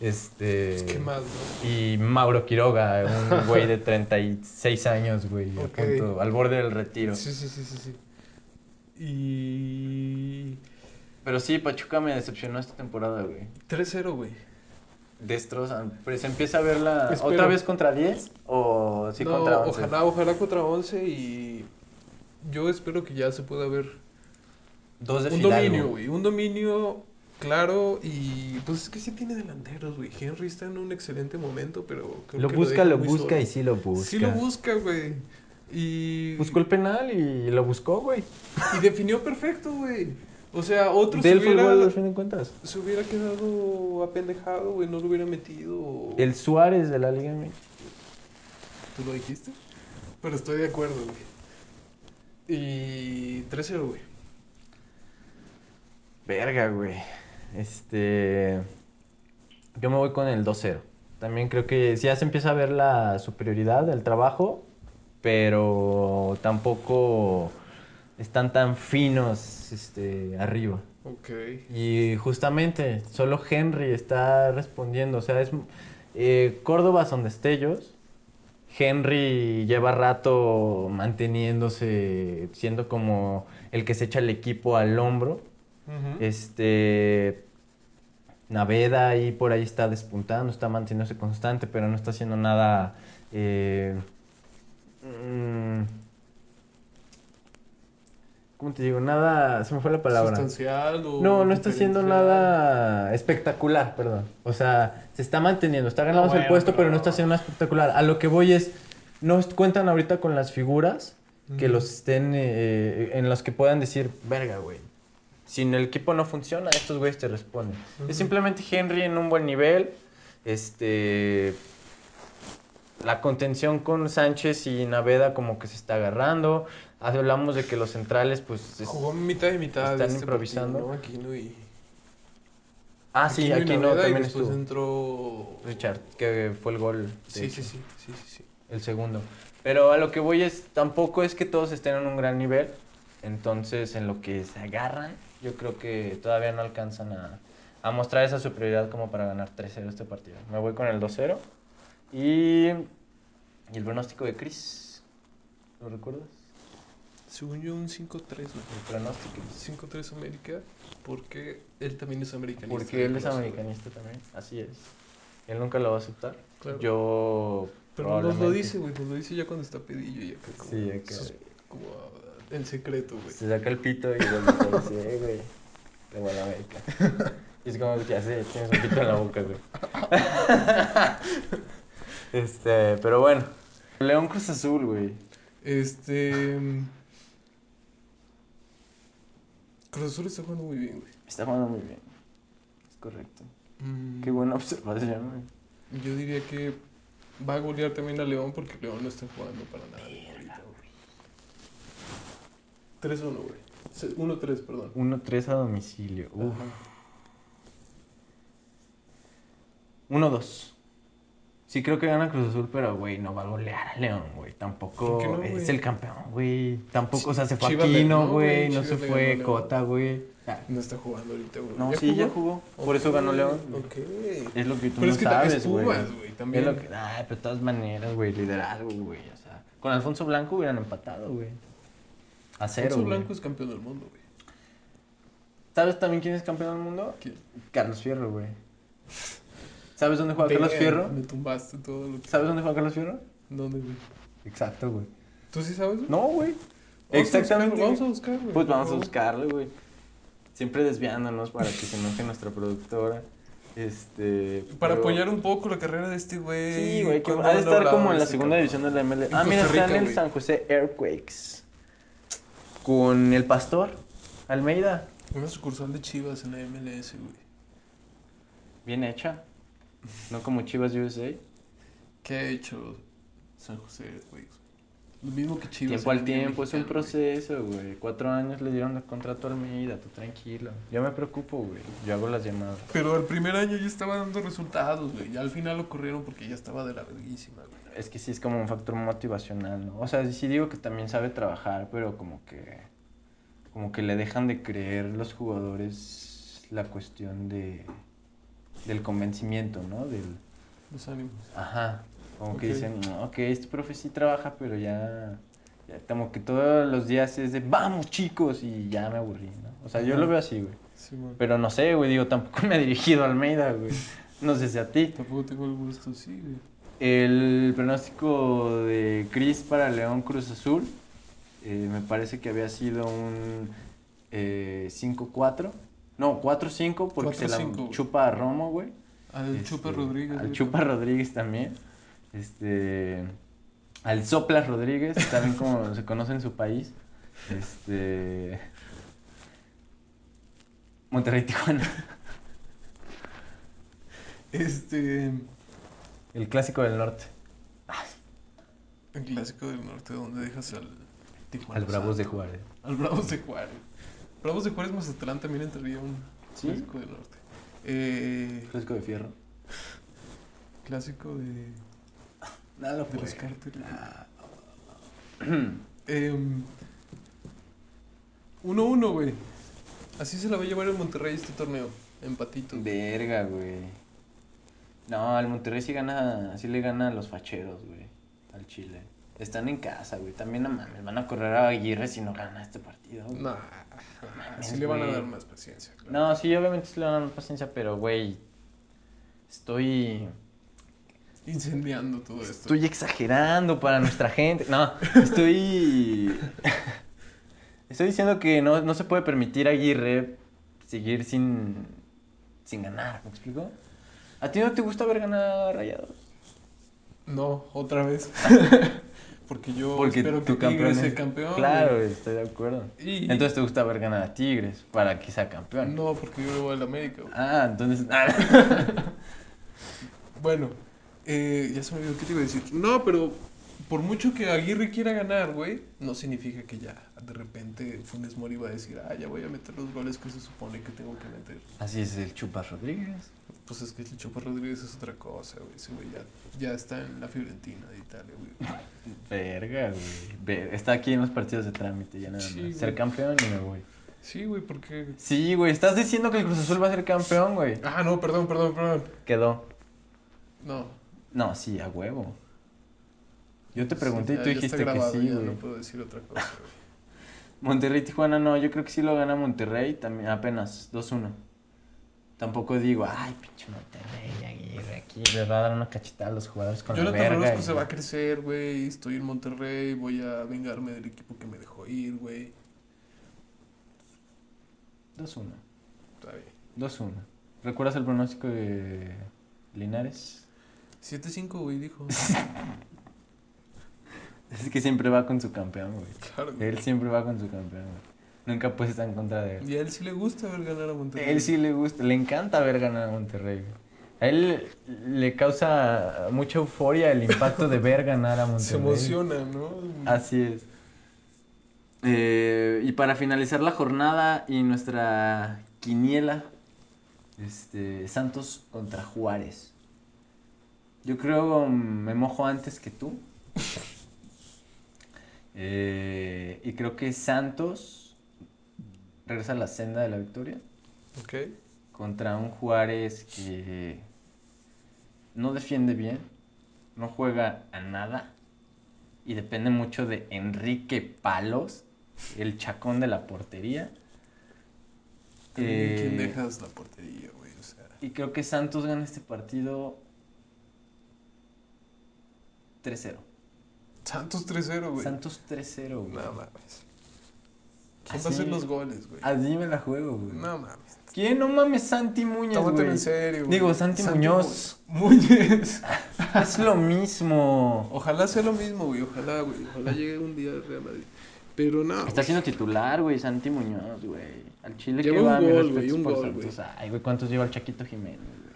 [SPEAKER 1] Este.
[SPEAKER 2] Pues, ¿Qué más, no?
[SPEAKER 1] Y Mauro Quiroga, un güey de 36 años, güey, a
[SPEAKER 2] Ok.
[SPEAKER 1] punto- al borde del retiro.
[SPEAKER 2] Sí, sí, sí, sí, sí. Y...
[SPEAKER 1] Pero sí, Pachuca me decepcionó esta temporada, güey.
[SPEAKER 2] 3-0, güey.
[SPEAKER 1] Destrozan. Pues empieza a verla
[SPEAKER 2] Espero.
[SPEAKER 1] otra vez contra 10 o sí
[SPEAKER 2] no,
[SPEAKER 1] contra 11.
[SPEAKER 2] ojalá, ojalá contra 11 y... Yo espero que ya se pueda ver
[SPEAKER 1] Dos de
[SPEAKER 2] un
[SPEAKER 1] Fidalgo.
[SPEAKER 2] dominio, güey. Un dominio claro y... Pues es que sí tiene delanteros, güey. Henry está en un excelente momento, pero... creo
[SPEAKER 1] Lo
[SPEAKER 2] que
[SPEAKER 1] busca,
[SPEAKER 2] deja
[SPEAKER 1] lo
[SPEAKER 2] muy
[SPEAKER 1] busca
[SPEAKER 2] solo.
[SPEAKER 1] y sí lo busca. Pues
[SPEAKER 2] Sí lo busca, güey. Y...
[SPEAKER 1] Buscó el penal y lo buscó, güey.
[SPEAKER 2] Y definió perfecto, güey. O sea, otro se
[SPEAKER 1] Del fútbol, al
[SPEAKER 2] hubiera,
[SPEAKER 1] fin de cuentas.
[SPEAKER 2] se hubiera quedado apendejado, güey. No lo hubiera metido. o-
[SPEAKER 1] El Suárez de la Liga MX.
[SPEAKER 2] Tú lo dijiste. Pero estoy de acuerdo, güey. Y 3-0, güey.
[SPEAKER 1] Verga, güey. Este. Yo me voy con el 2-0. También creo que sí ya se empieza a ver la superioridad del trabajo, pero tampoco están tan finos este, arriba.
[SPEAKER 2] Ok.
[SPEAKER 1] Y justamente, solo Henry está respondiendo. O sea, es eh, Córdoba son destellos. Henry lleva rato manteniéndose, siendo como el que se echa el equipo al hombro. Este. Naveda ahí por ahí está despuntando, está manteniéndose constante, pero no está haciendo nada. eh, mm, ¿Cómo te digo? Nada. Se me fue la palabra.
[SPEAKER 2] Sustancial o
[SPEAKER 1] No, no está haciendo
[SPEAKER 2] diferencial.
[SPEAKER 1] nada espectacular, perdón. O sea, se está manteniendo, está ganando
[SPEAKER 2] Ah, Bueno,
[SPEAKER 1] el puesto, pero
[SPEAKER 2] pero-
[SPEAKER 1] no está haciendo nada espectacular. A lo que voy es, no est- cuentan ahorita con las figuras que
[SPEAKER 2] Ujú.
[SPEAKER 1] los estén, eh, en las que puedan decir, verga, güey. Si el equipo no funciona, estos güeyes te responden.
[SPEAKER 2] Ujú.
[SPEAKER 1] Es simplemente Henry en un buen nivel, este... La contención con Sánchez y Naveda como que se está agarrando. Hablamos de que los centrales, pues... es-
[SPEAKER 2] Jugó mitad y mitad.
[SPEAKER 1] Están improvisando.
[SPEAKER 2] partido, ¿no? Aquino y.
[SPEAKER 1] Ah, sí,
[SPEAKER 2] Aquino y
[SPEAKER 1] aquí no,
[SPEAKER 2] Naveda, y
[SPEAKER 1] también
[SPEAKER 2] después
[SPEAKER 1] estuvo.
[SPEAKER 2] entró.
[SPEAKER 1] Richard, que fue el gol. de
[SPEAKER 2] Sí,
[SPEAKER 1] hecho,
[SPEAKER 2] sí, sí, sí, sí, sí.
[SPEAKER 1] El segundo. Pero a lo que voy es, tampoco es que todos estén en un gran nivel. Entonces, en lo que se agarran, yo creo que todavía no alcanzan a, a mostrar esa superioridad como para ganar 3-0 este partido. Me voy con el 2-0. Y, y el pronóstico de Chris. ¿Lo recuerdas?
[SPEAKER 2] Según yo, un 5-3, güey.
[SPEAKER 1] El pronóstico.
[SPEAKER 2] 5-3 América, porque él también es americanista.
[SPEAKER 1] Porque él es
[SPEAKER 2] incluso, güey.
[SPEAKER 1] americanista también. Así es. Él nunca lo va a aceptar.
[SPEAKER 2] Claro.
[SPEAKER 1] Yo.
[SPEAKER 2] Pero nos lo
[SPEAKER 1] probablemente-
[SPEAKER 2] dice, güey, nos lo dice ya cuando está pedillo y acá como,
[SPEAKER 1] Sí, acá.
[SPEAKER 2] sus- como ah, en secreto, güey.
[SPEAKER 1] Se saca el pito y vuelve a dice, eh, güey, te voy a la América. Y es como, que hace? Tienes un pito en la boca, güey. Este, pero bueno. León Cruz Azul, güey.
[SPEAKER 2] Este... mm, Cruz Azul está jugando muy bien, güey.
[SPEAKER 1] Está jugando muy bien. Es correcto.
[SPEAKER 2] Mm,
[SPEAKER 1] Qué buena observación, güey.
[SPEAKER 2] Yo diría que va a golear también a León porque León no está jugando para nada. güey, ahorita, güey. 3-1, güey. Se- 1-3, perdón.
[SPEAKER 1] 1-3 a domicilio. Uf.
[SPEAKER 2] Ajá.
[SPEAKER 1] 1-2. Sí creo que gana Cruz Azul, pero, güey, no va a golear a León, güey. Tampoco
[SPEAKER 2] ¿Por qué no,
[SPEAKER 1] es
[SPEAKER 2] güey?
[SPEAKER 1] el campeón, güey. Tampoco, o sea, se fue
[SPEAKER 2] Chivas le
[SPEAKER 1] Aquino,
[SPEAKER 2] ganó,
[SPEAKER 1] güey.
[SPEAKER 2] güey,
[SPEAKER 1] No
[SPEAKER 2] Chivas
[SPEAKER 1] se
[SPEAKER 2] le ganó a
[SPEAKER 1] fue
[SPEAKER 2] León.
[SPEAKER 1] Cota, güey. Ah,
[SPEAKER 2] No está jugando ahorita, güey.
[SPEAKER 1] No, sí, ya jugó. Por eso ganó León.
[SPEAKER 2] Ok.
[SPEAKER 1] Es lo que tú
[SPEAKER 2] Pero
[SPEAKER 1] no
[SPEAKER 2] es que también
[SPEAKER 1] sabes,
[SPEAKER 2] es
[SPEAKER 1] güey.
[SPEAKER 2] Pumas, güey, también.
[SPEAKER 1] Es lo que... Ay, pero de todas maneras, güey, liderazgo, güey. O sea, con Alfonso Blanco hubieran empatado, güey. A cero,
[SPEAKER 2] Alfonso
[SPEAKER 1] güey.
[SPEAKER 2] Blanco es campeón del mundo, güey.
[SPEAKER 1] ¿Sabes también quién es campeón del mundo?
[SPEAKER 2] ¿Quién?
[SPEAKER 1] Carlos Fierro, güey. ¿Sabes dónde juega Carlos
[SPEAKER 2] Damn,
[SPEAKER 1] Fierro?
[SPEAKER 2] Me tumbaste todo lo que...
[SPEAKER 1] ¿Sabes dónde juega Carlos Fierro?
[SPEAKER 2] ¿Dónde, güey?
[SPEAKER 1] Exacto, güey.
[SPEAKER 2] ¿Tú sí sabes, güey?
[SPEAKER 1] No, güey.
[SPEAKER 2] Vamos a
[SPEAKER 1] Exactamente.
[SPEAKER 2] buscarlo, Vamos a buscar, güey.
[SPEAKER 1] Pues
[SPEAKER 2] por
[SPEAKER 1] vamos a
[SPEAKER 2] favor.
[SPEAKER 1] buscarlo, güey. Siempre desviándonos para que se enoje nuestra productora. Este.
[SPEAKER 2] Para
[SPEAKER 1] pero-
[SPEAKER 2] apoyar un poco la carrera de este güey.
[SPEAKER 1] Sí, güey, que
[SPEAKER 2] cuando
[SPEAKER 1] ha de
[SPEAKER 2] han
[SPEAKER 1] estar
[SPEAKER 2] logrado
[SPEAKER 1] como en la
[SPEAKER 2] este
[SPEAKER 1] segunda
[SPEAKER 2] cabrón.
[SPEAKER 1] división de la ML.
[SPEAKER 2] En
[SPEAKER 1] Ah, mira,
[SPEAKER 2] Costa
[SPEAKER 1] está en
[SPEAKER 2] Rica,
[SPEAKER 1] el
[SPEAKER 2] güey.
[SPEAKER 1] San José Airquakes. Con el pastor Almeida.
[SPEAKER 2] Una sucursal de Chivas en la MLS, güey.
[SPEAKER 1] Bien hecha. No como Chivas USA.
[SPEAKER 2] ¿Qué ha hecho San José, güey? Lo mismo que Chivas.
[SPEAKER 1] tiempo
[SPEAKER 2] en
[SPEAKER 1] al
[SPEAKER 2] la Liga
[SPEAKER 1] tiempo, es un
[SPEAKER 2] Mexicana, güey.
[SPEAKER 1] proceso, güey. Cuatro años le dieron el contrato a Almeida, tú tranquilo. Yo me preocupo, güey. Yo hago las llamadas.
[SPEAKER 2] Pero al primer año ya estaba dando resultados, güey. Ya al final lo corrieron porque ya estaba de la verguísima, güey.
[SPEAKER 1] Es que sí es como un factor motivacional, ¿no? O sea, sí digo que también sabe trabajar, pero como que como que le dejan de creer los jugadores la cuestión de del convencimiento, ¿no? Del
[SPEAKER 2] Los ánimos.
[SPEAKER 1] ajá, como que
[SPEAKER 2] Ok.
[SPEAKER 1] dicen, "No, ok, este profe sí trabaja, pero ya, ya como que todos los días es de vamos, chicos, y ya me aburrí, ¿no? O sea, yo lo
[SPEAKER 2] Ajá.
[SPEAKER 1] veo así, güey.
[SPEAKER 2] Sí, güey.
[SPEAKER 1] Pero no sé, güey, digo, tampoco me he dirigido a Almeida, güey. No sé si a ti.
[SPEAKER 2] Tampoco tengo el gusto, sí, güey.
[SPEAKER 1] El pronóstico de Cris para León Cruz Azul eh, me parece que había sido un eh, 5-4. No, 4-5 porque se la
[SPEAKER 2] 4-5, güey.
[SPEAKER 1] chupa a Romo, güey.
[SPEAKER 2] Al
[SPEAKER 1] Este,
[SPEAKER 2] Chupa Rodríguez.
[SPEAKER 1] Al
[SPEAKER 2] güey.
[SPEAKER 1] Chupa Rodríguez también. Este. Al Soplas Rodríguez, también como se conoce en su país. Este. Monterrey Tijuana.
[SPEAKER 2] Este.
[SPEAKER 1] El clásico del norte.
[SPEAKER 2] El clásico del norte, donde dejas al. Tijuana
[SPEAKER 1] al Bravos de
[SPEAKER 2] Santo.
[SPEAKER 1] Juárez.
[SPEAKER 2] Al Bravos de Juárez. Bravos de Juárez Mazatlán también entraría un
[SPEAKER 1] ¿Sí?
[SPEAKER 2] clásico del norte. Eh,
[SPEAKER 1] Clásico de fierro.
[SPEAKER 2] clásico de, de
[SPEAKER 1] Nada pues. lo
[SPEAKER 2] los cárteles.
[SPEAKER 1] Ah,
[SPEAKER 2] Em, 1-1, güey. Así se la va a llevar el Monterrey este torneo. Empatito.
[SPEAKER 1] Verga, güey. No, al Monterrey sí gana, sí le gana a los facheros, güey. Al Chile. Están en casa, güey. También no mames, van a correr a Aguirre si no gana este partido. güey.
[SPEAKER 2] Nah, así
[SPEAKER 1] mames,
[SPEAKER 2] le van a
[SPEAKER 1] güey.
[SPEAKER 2] dar más paciencia. claro.
[SPEAKER 1] No, sí, obviamente sí le van a dar paciencia, pero, güey. Estoy.
[SPEAKER 2] Incendiando todo esto.
[SPEAKER 1] Estoy exagerando para nuestra gente. No, estoy. Estoy diciendo que no, no se puede permitir a Aguirre seguir sin, sin ganar. ¿Me explico? ¿A ti no te gusta ver ganar a rayados?
[SPEAKER 2] No, otra vez. Porque yo espero que
[SPEAKER 1] tu
[SPEAKER 2] Tigres sea
[SPEAKER 1] es-
[SPEAKER 2] campeón.
[SPEAKER 1] Claro,
[SPEAKER 2] güey.
[SPEAKER 1] estoy de acuerdo.
[SPEAKER 2] Y-
[SPEAKER 1] Entonces te gusta ver ganar a Tigres para que sea campeón.
[SPEAKER 2] No, porque yo le voy al América, güey.
[SPEAKER 1] Ah, entonces. ah,
[SPEAKER 2] Bueno, eh, ya se me olvidó qué te iba a decir. No, pero por mucho que Aguirre quiera ganar, güey, no significa que ya de repente Funes Mori va a decir, ah, ya voy a meter los goles que se supone que tengo que meter.
[SPEAKER 1] Así es el Chupas Rodríguez.
[SPEAKER 2] Pues es que el Chopa Rodríguez es otra cosa, güey. Ese güey ya, ya está en la Fiorentina de Italia, güey.
[SPEAKER 1] Verga, güey. Ver- Está aquí en los partidos de trámite, ya nada más.
[SPEAKER 2] Sí, güey.
[SPEAKER 1] Ser campeón y me voy.
[SPEAKER 2] Sí, güey, porque...
[SPEAKER 1] Sí, güey, estás diciendo que el Cruz Azul va a ser campeón, güey.
[SPEAKER 2] Ah, no, perdón, perdón, perdón.
[SPEAKER 1] Quedó.
[SPEAKER 2] No.
[SPEAKER 1] No, sí, a huevo. Yo te
[SPEAKER 2] Sí,
[SPEAKER 1] pregunté
[SPEAKER 2] ya-
[SPEAKER 1] y tú
[SPEAKER 2] ya está
[SPEAKER 1] dijiste que
[SPEAKER 2] grabado,
[SPEAKER 1] sí,
[SPEAKER 2] ya
[SPEAKER 1] güey.
[SPEAKER 2] No puedo decir otra cosa, güey.
[SPEAKER 1] Monterrey Tijuana no, yo creo que sí lo gana Monterrey, también apenas 2-1. Tampoco digo, ay, pinche Monterrey, Aguirre, aquí le va a dar una cachetada a los jugadores con la
[SPEAKER 2] Jonathan
[SPEAKER 1] Ah, verga.
[SPEAKER 2] Orozco
[SPEAKER 1] y-
[SPEAKER 2] se va a crecer, güey. Estoy en Monterrey. Voy a vengarme del equipo que me dejó ir, güey.
[SPEAKER 1] 2-1,
[SPEAKER 2] Está bien.
[SPEAKER 1] 2-1. ¿Recuerdas el pronóstico de Linares?
[SPEAKER 2] 7-5, güey, dijo.
[SPEAKER 1] Es que siempre va con su campeón, güey.
[SPEAKER 2] Claro, güey.
[SPEAKER 1] Él siempre va con su campeón, güey. Nunca estar en contra de él.
[SPEAKER 2] Y a él sí le gusta ver ganar a Monterrey.
[SPEAKER 1] Él sí le gusta, le encanta ver ganar a Monterrey. güey. A él le causa mucha euforia el impacto de ver ganar a Monterrey.
[SPEAKER 2] Se emociona, ¿no?
[SPEAKER 1] Así es. Eh, y para finalizar la jornada y nuestra quiniela, este, Santos contra Juárez. Yo creo mm, me mojo antes que tú. Eh, y creo que Santos regresa a la senda de la victoria
[SPEAKER 2] Ok.
[SPEAKER 1] contra un Juárez que no defiende bien, no juega a nada y depende mucho de Enrique Palos, el chacón de la portería.
[SPEAKER 2] También,
[SPEAKER 1] Eh,
[SPEAKER 2] ¿Quién dejas la portería, güey? O sea,
[SPEAKER 1] Y creo que Santos gana este partido 3-0.
[SPEAKER 2] Santos 3-0, güey.
[SPEAKER 1] Santos 3-0, güey.
[SPEAKER 2] No mames. ¿Quién
[SPEAKER 1] Así-
[SPEAKER 2] va a hacer los goles, güey?
[SPEAKER 1] Así me la juego, güey.
[SPEAKER 2] No mames.
[SPEAKER 1] ¿Quién? No mames, Santi Muñoz,
[SPEAKER 2] Tómatelo
[SPEAKER 1] güey.
[SPEAKER 2] en serio, güey.
[SPEAKER 1] Digo, Santi Muñoz.
[SPEAKER 2] Mu- Muñez.
[SPEAKER 1] Es lo mismo.
[SPEAKER 2] Ojalá sea lo mismo, güey. Ojalá, güey. Ojalá llegue un día al Real Madrid. Pero no.
[SPEAKER 1] Está
[SPEAKER 2] güey.
[SPEAKER 1] siendo titular, güey, Santi Muñoz, güey. Al Chile
[SPEAKER 2] Lleva
[SPEAKER 1] que
[SPEAKER 2] un
[SPEAKER 1] va, mi
[SPEAKER 2] gol,
[SPEAKER 1] respeto
[SPEAKER 2] güey, un
[SPEAKER 1] por
[SPEAKER 2] gol,
[SPEAKER 1] Santos. Ay, güey, ¿cuántos lleva el Chaquito Jiménez? güey?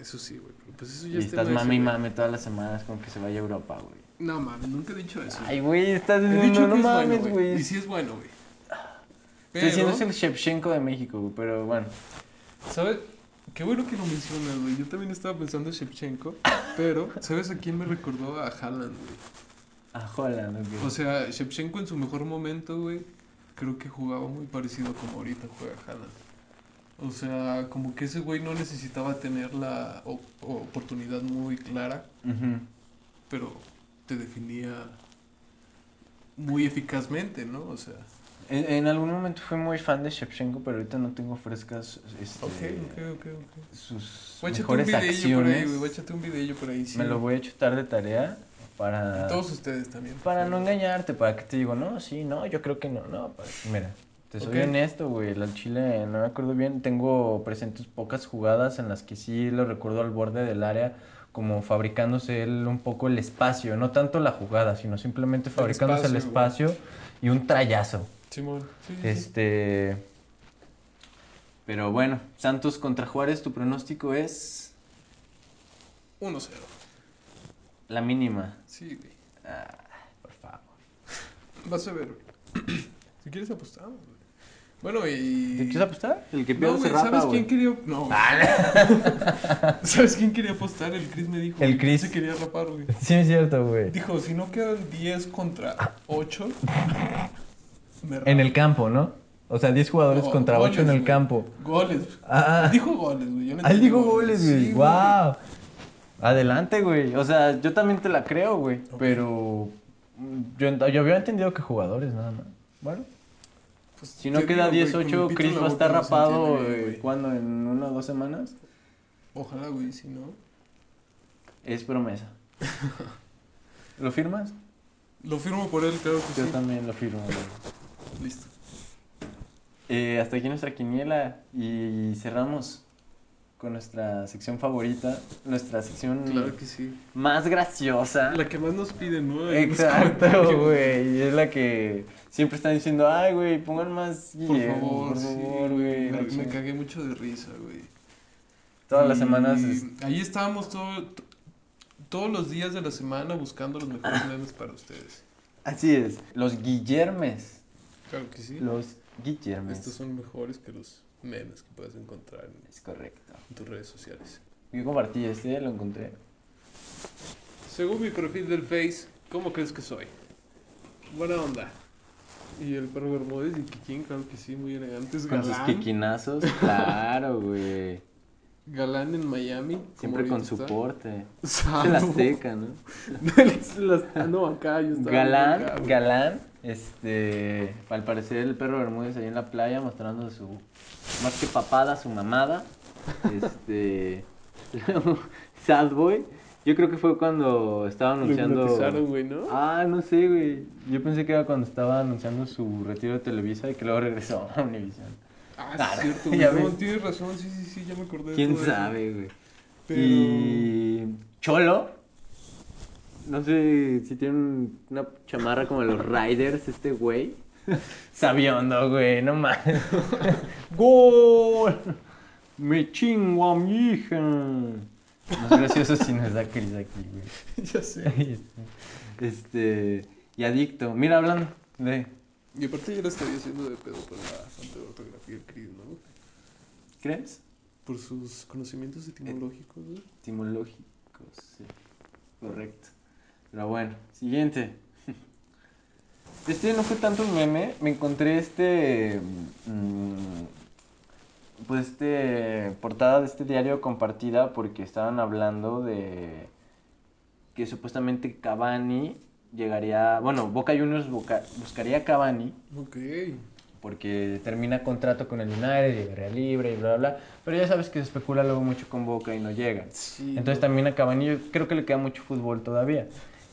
[SPEAKER 2] Eso sí, güey. pero Pues eso
[SPEAKER 1] Y
[SPEAKER 2] ya está
[SPEAKER 1] estás
[SPEAKER 2] en ese,
[SPEAKER 1] mame y
[SPEAKER 2] güey.
[SPEAKER 1] mame todas las semanas con que se vaya a Europa, güey.
[SPEAKER 2] No mames, nunca he dicho eso.
[SPEAKER 1] Ay, güey, estás
[SPEAKER 2] he dicho
[SPEAKER 1] diciendo, no
[SPEAKER 2] que es
[SPEAKER 1] mames,
[SPEAKER 2] bueno,
[SPEAKER 1] güey.
[SPEAKER 2] Y sí es bueno, güey.
[SPEAKER 1] Estoy diciendo
[SPEAKER 2] Pero,
[SPEAKER 1] es el Shevchenko de México, güey, pero bueno.
[SPEAKER 2] ¿sabes? Qué bueno que lo mencionas, güey. Yo también estaba pensando en Shevchenko. Pero, ¿sabes a quién me recordó? A Haaland, güey.
[SPEAKER 1] A Holland, ok.
[SPEAKER 2] O sea, Shevchenko en su mejor momento, güey, creo que jugaba muy parecido como ahorita juega Haaland. O sea, como que ese güey no necesitaba tener la o- oportunidad muy clara,
[SPEAKER 1] Ujú.
[SPEAKER 2] pero te definía muy eficazmente, ¿no? O sea,
[SPEAKER 1] En, en algún momento fui muy fan de Shevchenko, pero ahorita no tengo frescas este,
[SPEAKER 2] ok, ok, ok, ok.
[SPEAKER 1] sus
[SPEAKER 2] Güey, échate un
[SPEAKER 1] mejores
[SPEAKER 2] videillo por ahí,
[SPEAKER 1] acciones.
[SPEAKER 2] güey, güey, échate un videillo por ahí, sí.
[SPEAKER 1] Me lo voy a chutar de tarea para,
[SPEAKER 2] Y todos ustedes también. por
[SPEAKER 1] para no
[SPEAKER 2] favor.
[SPEAKER 1] engañarte, para que te digo, no, sí, no, yo creo que no, no, para- mira. Te soy
[SPEAKER 2] Ok.
[SPEAKER 1] honesto, güey, al Chile no me acuerdo bien, tengo presentes pocas jugadas en las que sí lo recuerdo al borde del área, como fabricándose él un poco el espacio, no tanto la jugada, sino simplemente fabricándose el
[SPEAKER 2] espacio,
[SPEAKER 1] espacio, y un trayazo.
[SPEAKER 2] Simón, sí, sí, sí.
[SPEAKER 1] Este. Pero bueno, Santos contra Juárez, tu pronóstico es
[SPEAKER 2] 1-0.
[SPEAKER 1] la mínima.
[SPEAKER 2] Sí, güey.
[SPEAKER 1] Ah, por favor.
[SPEAKER 2] Vas a ver, güey. si quieres apostamos, güey. Bueno, y...
[SPEAKER 1] ¿Te quieres apostar? El que
[SPEAKER 2] No,
[SPEAKER 1] pierda se
[SPEAKER 2] güey,
[SPEAKER 1] rapa,
[SPEAKER 2] ¿sabes
[SPEAKER 1] güey.
[SPEAKER 2] quién quería? No, güey. ¿Sabes quién quería apostar? El Chris me dijo.
[SPEAKER 1] El
[SPEAKER 2] güey,
[SPEAKER 1] Chris.
[SPEAKER 2] Se quería rapar, güey.
[SPEAKER 1] Sí, es cierto, güey.
[SPEAKER 2] Dijo, si no quedan 10 contra 8, me rapo.
[SPEAKER 1] En el campo, ¿no? O sea, 10 jugadores
[SPEAKER 2] No,
[SPEAKER 1] contra 8 en
[SPEAKER 2] goles,
[SPEAKER 1] el
[SPEAKER 2] güey.
[SPEAKER 1] campo.
[SPEAKER 2] Goles.
[SPEAKER 1] Ah, ah.
[SPEAKER 2] Dijo goles, güey. yo no
[SPEAKER 1] Ah, él
[SPEAKER 2] entendí
[SPEAKER 1] dijo goles, güey.
[SPEAKER 2] Sí,
[SPEAKER 1] ¡Wow! Adelante, güey. O sea, yo también te la creo, güey.
[SPEAKER 2] Ok.
[SPEAKER 1] Pero. mm, Yo, ent- yo había entendido que jugadores, nada más. Bueno.
[SPEAKER 2] Pues,
[SPEAKER 1] Si no
[SPEAKER 2] te
[SPEAKER 1] queda
[SPEAKER 2] digo, güey, con el
[SPEAKER 1] 18,
[SPEAKER 2] pito en
[SPEAKER 1] Chris
[SPEAKER 2] la
[SPEAKER 1] va a
[SPEAKER 2] boca
[SPEAKER 1] estar
[SPEAKER 2] no se
[SPEAKER 1] rapado
[SPEAKER 2] entiende bien,
[SPEAKER 1] eh,
[SPEAKER 2] güey.
[SPEAKER 1] ¿cuándo? en una o dos semanas.
[SPEAKER 2] Ojalá, güey, si no.
[SPEAKER 1] Es promesa. ¿Lo firmas?
[SPEAKER 2] Lo firmo por él, claro que
[SPEAKER 1] Yo
[SPEAKER 2] sí.
[SPEAKER 1] también lo firmo. güey.
[SPEAKER 2] Listo.
[SPEAKER 1] Eh, hasta aquí nuestra quiniela y cerramos con nuestra sección favorita, nuestra sección
[SPEAKER 2] Claro que sí.
[SPEAKER 1] más graciosa.
[SPEAKER 2] La que más nos piden, ¿no? En los
[SPEAKER 1] Exacto,
[SPEAKER 2] comentarios.
[SPEAKER 1] güey. Es la que siempre están diciendo, ay, güey, pongan más
[SPEAKER 2] Por
[SPEAKER 1] Guillermo,
[SPEAKER 2] favor,
[SPEAKER 1] por
[SPEAKER 2] sí,
[SPEAKER 1] favor, güey. la
[SPEAKER 2] Me, me
[SPEAKER 1] chingada".
[SPEAKER 2] cagué mucho de risa, güey.
[SPEAKER 1] Todas las
[SPEAKER 2] Y
[SPEAKER 1] semanas es-
[SPEAKER 2] Mm, Ahí estábamos todo- t- todos los días de la semana buscando los mejores memes para ustedes.
[SPEAKER 1] Así es. Los Guillermes.
[SPEAKER 2] Claro que sí.
[SPEAKER 1] Los Guillermes.
[SPEAKER 2] Estos son mejores que los memes que puedes encontrar en,
[SPEAKER 1] Es correcto.
[SPEAKER 2] en tus redes sociales.
[SPEAKER 1] Yo compartí este, lo encontré.
[SPEAKER 2] Según mi perfil del Face, ¿cómo crees que soy? Buena onda. Y el perro Bermúdez y Kikín, claro que sí, muy elegantes.
[SPEAKER 1] Con sus
[SPEAKER 2] Galán,
[SPEAKER 1] piquinazos, claro, güey.
[SPEAKER 2] galán en Miami. como
[SPEAKER 1] Siempre con
[SPEAKER 2] ahorita
[SPEAKER 1] su
[SPEAKER 2] está.
[SPEAKER 1] porte. Es el
[SPEAKER 2] Salvo.
[SPEAKER 1] azteca, ¿no?
[SPEAKER 2] El azteca, ah, No, acá yo estaba.
[SPEAKER 1] Galán,
[SPEAKER 2] acá, güey.
[SPEAKER 1] galán. Este, al parecer el perro Bermúdez ahí en la playa mostrando su, más que papada, su mamada. Este, luego, Sad Boy. Yo creo que fue cuando estaba
[SPEAKER 2] Lo
[SPEAKER 1] anunciando...
[SPEAKER 2] hipnotizaron, güey, ¿no?
[SPEAKER 1] Ah, no sé, güey. Yo pensé que era cuando estaba anunciando su retiro de Televisa y que luego regresó a Univision.
[SPEAKER 2] Ah,
[SPEAKER 1] Ah,
[SPEAKER 2] sí, es cierto,
[SPEAKER 1] ya
[SPEAKER 2] güey. No,
[SPEAKER 1] ves.
[SPEAKER 2] tienes razón, sí, sí, sí, ya me acordé. de
[SPEAKER 1] ¿Quién
[SPEAKER 2] todo eso.
[SPEAKER 1] sabe, güey?
[SPEAKER 2] Pero.
[SPEAKER 1] Y Cholo. No sé si tiene un- una chamarra como los Riders, este güey. Sabiondo, güey, no más. ¡Gol! Me chingo a mi hija. Más gracioso si nos da Cris aquí, güey.
[SPEAKER 2] ya sé.
[SPEAKER 1] Este. Y adicto. Mira, hablando de.
[SPEAKER 2] Y aparte yo la estaría haciendo de pedo por la falta de ortografía del Chris, ¿no?
[SPEAKER 1] ¿Crees?
[SPEAKER 2] Por sus conocimientos etimológicos, güey.
[SPEAKER 1] Etimológico.
[SPEAKER 4] México, sí. Correcto. Pero bueno, siguiente.
[SPEAKER 1] Este no fue tanto un meme, me encontré este. mm, pues este. portada de este diario compartida porque estaban hablando de. que supuestamente Cavani llegaría. Bueno, Boca Juniors boca- buscaría a Cavani
[SPEAKER 2] Ok.
[SPEAKER 1] porque termina contrato con el Linares, llegaría libre y bla, bla, bla. Pero ya sabes que se especula luego mucho con Boca y no llega.
[SPEAKER 2] Sí.
[SPEAKER 1] Entonces también a Cavani yo creo que le queda mucho fútbol todavía.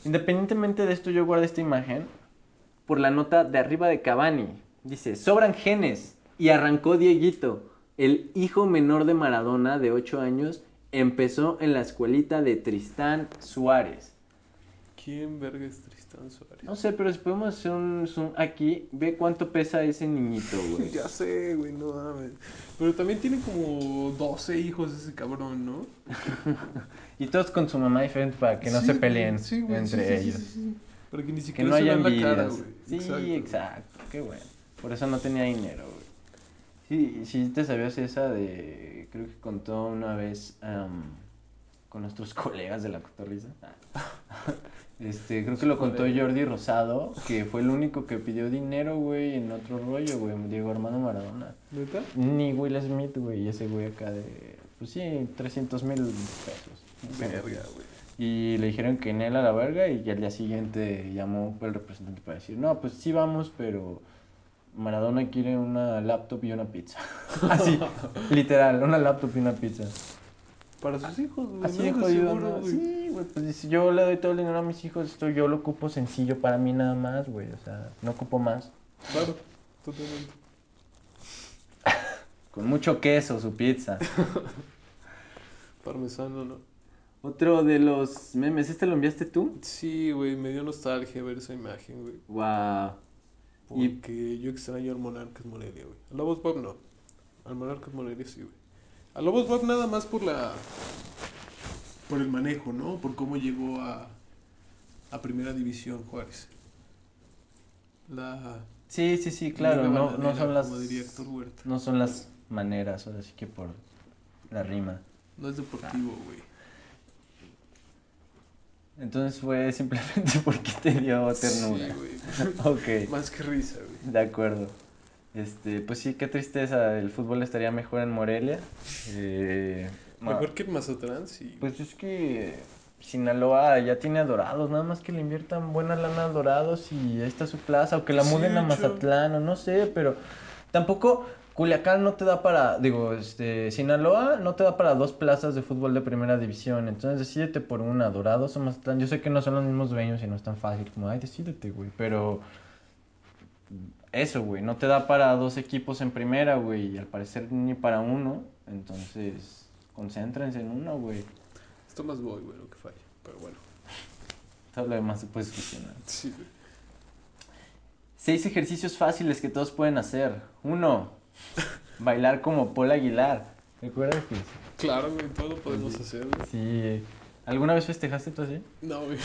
[SPEAKER 1] Independientemente de esto, yo guardé esta imagen por la nota de arriba de Cavani. Dice, sobran genes. Y arrancó Dieguito, el hijo menor de Maradona de 8 años, empezó en la escuelita de Tristán Suárez.
[SPEAKER 2] ¿Quién verga es Tristán Suárez?
[SPEAKER 1] No sé, pero si podemos hacer un zoom aquí, ve cuánto pesa ese niñito, güey.
[SPEAKER 2] Ya sé, güey, no mames. Pero también tiene como 12 hijos ese cabrón, ¿no?
[SPEAKER 1] Y todos con su mamá diferente para que no
[SPEAKER 2] Sí,
[SPEAKER 1] se
[SPEAKER 2] güey,
[SPEAKER 1] peleen
[SPEAKER 2] sí, güey, sí,
[SPEAKER 1] entre
[SPEAKER 2] sí, sí,
[SPEAKER 1] ellos.
[SPEAKER 2] sí, sí. Para que ni
[SPEAKER 1] Que
[SPEAKER 2] siquiera
[SPEAKER 1] no
[SPEAKER 2] se
[SPEAKER 1] haya
[SPEAKER 2] vean la
[SPEAKER 1] envidias.
[SPEAKER 2] cara, güey.
[SPEAKER 1] sí, exacto. Qué bueno. Por eso no tenía dinero, güey. Sí, sí te sabías esa de... Creo que contó una vez am, con nuestros colegas de la cotorriza. Este, creo que lo contó
[SPEAKER 2] Colegas.
[SPEAKER 1] Jordi Rosado, que fue el único que pidió dinero, güey, en otro rollo, güey. Diego Armando Maradona.
[SPEAKER 2] ¿Neta?
[SPEAKER 1] Ni Will Smith, güey, y ese güey acá de... Pues sí, 300 mil pesos.
[SPEAKER 2] Verga, güey.
[SPEAKER 1] Y le dijeron que en él a la verga y al día siguiente llamó el representante para decir, no, pues sí vamos, pero Maradona quiere una laptop y una pizza. Así, literal, una laptop y una pizza.
[SPEAKER 4] Pues
[SPEAKER 2] Para sus hijos, güey.
[SPEAKER 1] Así
[SPEAKER 2] ¿no?
[SPEAKER 1] de
[SPEAKER 2] De
[SPEAKER 1] jodido,
[SPEAKER 2] seguro,
[SPEAKER 1] ¿no?
[SPEAKER 2] güey.
[SPEAKER 1] Sí, güey, pues dice, yo le doy todo el dinero a mis hijos, esto yo lo ocupo sencillo para mí nada más, güey, o sea, no ocupo más.
[SPEAKER 2] Claro, totalmente.
[SPEAKER 1] Con mucho queso su pizza.
[SPEAKER 2] Parmesano, ¿no?
[SPEAKER 4] Otro de los memes, ¿este lo enviaste tú?
[SPEAKER 2] Sí, güey, me dio nostalgia ver esa imagen, güey.
[SPEAKER 4] Wow. Y-
[SPEAKER 2] Porque yo extraño al Monarcas Morelia, güey. Al Lobos Bob no. Al Monarcas Morelia sí, güey. Al Lobos Bob nada más por la. Por el manejo, ¿no? Por cómo llegó a. A Primera División Juárez. La.
[SPEAKER 1] Sí, sí, sí, claro,
[SPEAKER 2] liga
[SPEAKER 1] no, no
[SPEAKER 2] bananera,
[SPEAKER 1] son las...
[SPEAKER 2] Como diría Héctor Huerta.
[SPEAKER 1] No son las maneras, ahora sí que por la rima.
[SPEAKER 2] No es deportivo, güey.
[SPEAKER 1] Entonces fue simplemente porque te dio Ah. ternura.
[SPEAKER 2] Sí, güey.
[SPEAKER 1] ok,
[SPEAKER 2] Más que risa, güey.
[SPEAKER 1] de acuerdo. Este, pues sí, qué tristeza. El fútbol estaría mejor en Morelia. Eh, ma-
[SPEAKER 2] Mejor que en Mazatlán, sí. güey.
[SPEAKER 1] Pues es que Sinaloa ya tiene a Dorados, nada más que le inviertan buena lana a Dorados y ahí está su plaza, o que la
[SPEAKER 2] Sí,
[SPEAKER 1] muden a
[SPEAKER 2] de hecho.
[SPEAKER 1] Mazatlán, o no sé, pero tampoco Culiacán no te da para, digo, este, Sinaloa no te da para dos plazas de fútbol de primera división, entonces decídete por una, Dorados o Mazatlán. Yo sé que no son los mismos dueños y no es tan fácil como, ay, decídete, güey, pero eso, güey, no te da para dos equipos en primera, güey, y al parecer ni para uno, entonces concéntrense en uno, güey.
[SPEAKER 2] Esto más voy, güey, lo que falla. Pero bueno.
[SPEAKER 1] Todo lo demás se puede solucionar.
[SPEAKER 2] Sí, güey.
[SPEAKER 1] Seis ejercicios fáciles que todos pueden hacer. Uno, bailar como Paul Aguilar. ¿Recuerdas que?
[SPEAKER 2] Claro, güey, todo lo podemos hacer, güey.
[SPEAKER 1] Sí. ¿Alguna vez festejaste tú así?
[SPEAKER 2] No, güey.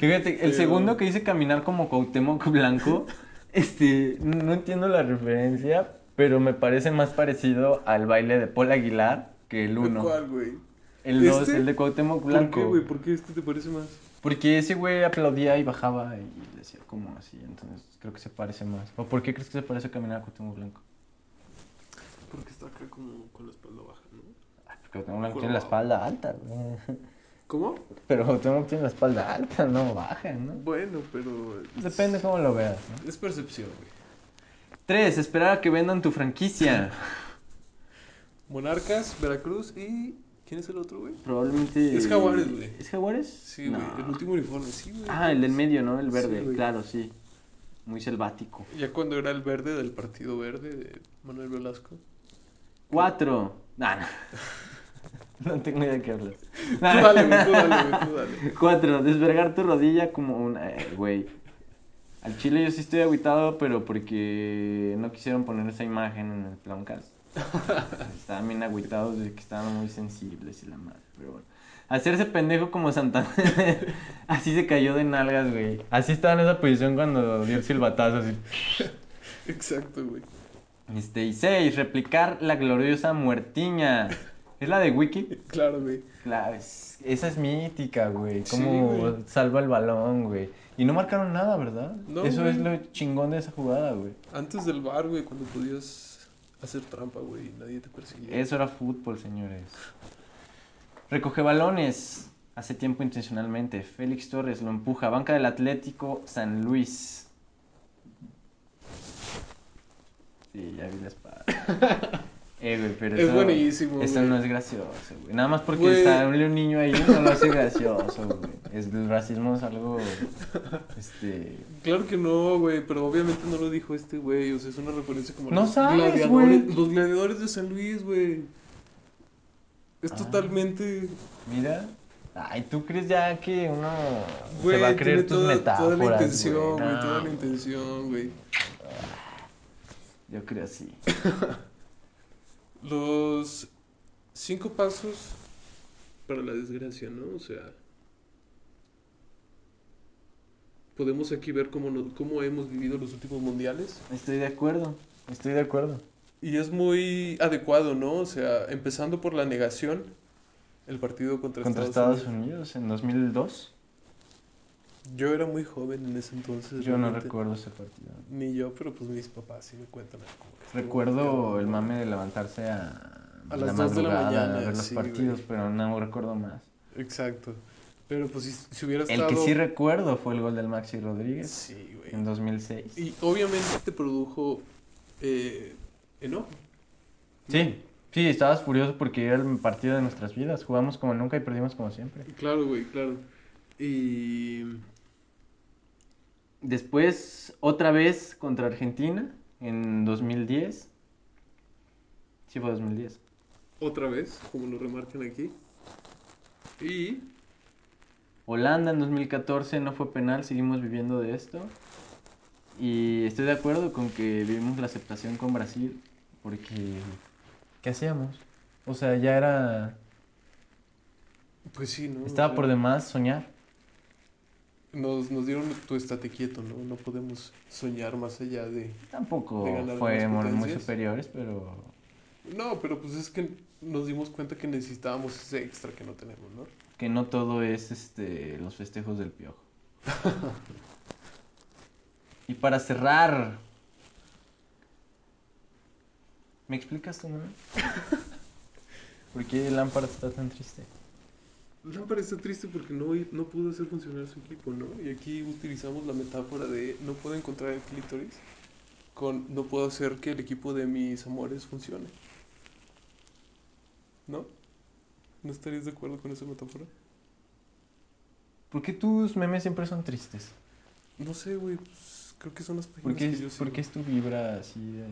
[SPEAKER 1] Que fíjate, el
[SPEAKER 2] Pero-
[SPEAKER 1] segundo que dice caminar como Cuauhtémoc Blanco, este, no entiendo la referencia, pero me parece más parecido al baile de Paul Aguilar que el uno.
[SPEAKER 2] ¿Cuál, güey?
[SPEAKER 1] El dos,
[SPEAKER 2] ¿Este?
[SPEAKER 1] el de Cuauhtémoc
[SPEAKER 2] ¿Por
[SPEAKER 1] Blanco.
[SPEAKER 2] qué, güey? ¿Por qué este te parece más?
[SPEAKER 1] Porque ese güey aplaudía y bajaba y decía como así, entonces creo que se parece más. ¿O por qué crees que se parece a caminar a Cuauhtémoc Blanco?
[SPEAKER 2] Porque está acá como con la espalda baja, ¿no?
[SPEAKER 1] Ah, porque Cuauhtémoc Blanco tiene la espalda alta, güey.
[SPEAKER 2] ¿Cómo?
[SPEAKER 1] Pero Cuauhtémoc tiene la espalda alta, no baja, ¿no?
[SPEAKER 2] Bueno, pero. es-
[SPEAKER 1] Depende cómo lo veas, ¿no?
[SPEAKER 2] Es percepción, güey.
[SPEAKER 1] Tres, esperar a que vendan tu franquicia.
[SPEAKER 2] Monarcas, Veracruz y. ¿Quién es el otro, güey?
[SPEAKER 1] Probablemente...
[SPEAKER 2] Es Jaguares, güey.
[SPEAKER 1] ¿Es Jaguares?
[SPEAKER 2] Sí, güey.
[SPEAKER 1] No.
[SPEAKER 2] El último uniforme, sí, güey.
[SPEAKER 1] Ah, el del medio, ¿no? El verde,
[SPEAKER 2] Sí, güey.
[SPEAKER 1] claro, sí. Muy selvático.
[SPEAKER 2] Ya cuando era el verde del partido verde de Manuel Velasco.
[SPEAKER 1] Cuatro. Ah, no. no tengo idea de qué hablas.
[SPEAKER 2] Tú
[SPEAKER 1] Ah.
[SPEAKER 2] dale, güey, tú dale, güey, tú dale.
[SPEAKER 1] Cuatro, desvergar tu rodilla como una... eh, Güey. Al chile yo sí estoy aguitado, pero porque no quisieron poner esa imagen en el Plowcast. Estaban bien agüitados de que estaban muy sensibles y la madre, pero bueno. Hacerse pendejo como Santander. así se cayó de nalgas, güey. Así estaba en esa posición cuando dio el silbatazo, así.
[SPEAKER 2] Exacto, güey.
[SPEAKER 1] Este, y seis, replicar la gloriosa muertiña. ¿Es la de Wiki?
[SPEAKER 2] Claro, güey.
[SPEAKER 1] Claro, es es- esa es mítica, güey.
[SPEAKER 2] Sí,
[SPEAKER 1] Cómo
[SPEAKER 2] güey.
[SPEAKER 1] salva el balón, güey. Y no marcaron nada, ¿verdad?
[SPEAKER 2] No,
[SPEAKER 1] Eso es lo
[SPEAKER 2] güey.
[SPEAKER 1] chingón de esa jugada, güey.
[SPEAKER 2] Antes del bar, güey, cuando podías hacer trampa, güey, y nadie te perseguía.
[SPEAKER 1] Eso era fútbol, señores. Recoge balones. Hace tiempo intencionalmente. Félix Torres lo empuja. Banca del Atlético San Luis. Sí, ya vi la espada. Eh, güey, pero
[SPEAKER 2] Es
[SPEAKER 1] eso-
[SPEAKER 2] buenísimo,
[SPEAKER 1] Eso
[SPEAKER 2] güey.
[SPEAKER 1] no es gracioso, güey. Nada más porque
[SPEAKER 2] Güey.
[SPEAKER 1] sale un niño ahí no lo hace gracioso, güey. Es, el racismo es algo. Este.
[SPEAKER 2] Claro que no, güey, pero obviamente no lo dijo este güey, o sea, es una referencia como...
[SPEAKER 1] No
[SPEAKER 2] los
[SPEAKER 1] sabes,
[SPEAKER 2] gladiadores-
[SPEAKER 1] güey.
[SPEAKER 2] Los gladiadores de San Luis, güey. Es
[SPEAKER 1] Ah.
[SPEAKER 2] totalmente...
[SPEAKER 1] Mira. Ay, ¿tú crees ya que uno
[SPEAKER 2] Güey,
[SPEAKER 1] se va a creer
[SPEAKER 2] tiene
[SPEAKER 1] tus
[SPEAKER 2] toda, toda
[SPEAKER 1] metáforas?
[SPEAKER 2] la intención,
[SPEAKER 1] güey?
[SPEAKER 2] güey,
[SPEAKER 1] No,
[SPEAKER 2] toda la
[SPEAKER 1] güey.
[SPEAKER 2] intención, güey.
[SPEAKER 1] Yo creo sí.
[SPEAKER 2] Los cinco pasos para la desgracia, ¿no? O sea, podemos aquí ver cómo, nos- cómo hemos vivido los últimos mundiales.
[SPEAKER 1] Estoy de acuerdo. Estoy de acuerdo.
[SPEAKER 2] Y es muy adecuado, ¿no? O sea, empezando por la negación, el partido contra,
[SPEAKER 1] Contra
[SPEAKER 2] Estados,
[SPEAKER 1] Estados Unidos en 2002.
[SPEAKER 2] Unidos. Yo era muy joven en ese entonces.
[SPEAKER 1] Yo no
[SPEAKER 2] realmente.
[SPEAKER 1] recuerdo ese partido.
[SPEAKER 2] Ni yo, pero pues mis papás sí me cuentan. algo.
[SPEAKER 1] Recuerdo el mame de levantarse a,
[SPEAKER 2] A las dos de la mañana,
[SPEAKER 1] a ver los
[SPEAKER 2] sí,
[SPEAKER 1] partidos,
[SPEAKER 2] güey.
[SPEAKER 1] pero no recuerdo más.
[SPEAKER 2] Exacto. Pero pues si, si hubiera
[SPEAKER 1] El
[SPEAKER 2] estado...
[SPEAKER 1] que sí recuerdo fue el gol del Maxi Rodríguez
[SPEAKER 2] Sí, güey.
[SPEAKER 1] en 2006.
[SPEAKER 2] Y obviamente te produjo eh, enojo.
[SPEAKER 1] Sí, sí, estabas furioso porque era el partido de nuestras vidas. Jugamos como nunca y perdimos como siempre.
[SPEAKER 2] Claro, güey, claro. Y
[SPEAKER 1] Después, otra vez contra Argentina en 2010. Sí, fue 2010.
[SPEAKER 2] otra vez, como lo remarcan aquí. Y
[SPEAKER 1] Holanda en 2014 no fue penal, seguimos viviendo de esto. Y estoy de acuerdo con que vivimos la aceptación con Brasil, porque... ¿Qué hacíamos? O sea, ya era...
[SPEAKER 2] pues sí, ¿no? O
[SPEAKER 1] Estaba
[SPEAKER 2] sea,
[SPEAKER 1] por demás soñar.
[SPEAKER 2] Nos, nos dieron tu estate quieto, ¿no? No podemos soñar más allá de...
[SPEAKER 1] Tampoco
[SPEAKER 2] De ganar
[SPEAKER 1] fuimos
[SPEAKER 2] algunas
[SPEAKER 1] muy
[SPEAKER 2] potencias.
[SPEAKER 1] superiores, pero...
[SPEAKER 2] No, pero pues es que nos dimos cuenta que necesitábamos ese extra que no tenemos, ¿no?
[SPEAKER 1] Que no todo es este, los festejos del piojo. y para cerrar... ¿Me explicas tú, Manuel? ¿Por qué Lampard está tan triste?
[SPEAKER 2] Lampard está triste porque no, no pudo hacer funcionar su equipo, ¿no? Y aquí utilizamos la metáfora de no puedo encontrar el clítoris con no puedo hacer que el equipo de mis amores funcione. ¿No? ¿No estarías de acuerdo con esa metáfora?
[SPEAKER 1] ¿Por qué tus memes siempre son tristes?
[SPEAKER 2] No sé, güey. pues, creo que son las páginas
[SPEAKER 1] ¿Por qué,
[SPEAKER 2] que
[SPEAKER 1] es,
[SPEAKER 2] yo
[SPEAKER 1] por
[SPEAKER 2] sigo.
[SPEAKER 1] qué es tu vibra así de...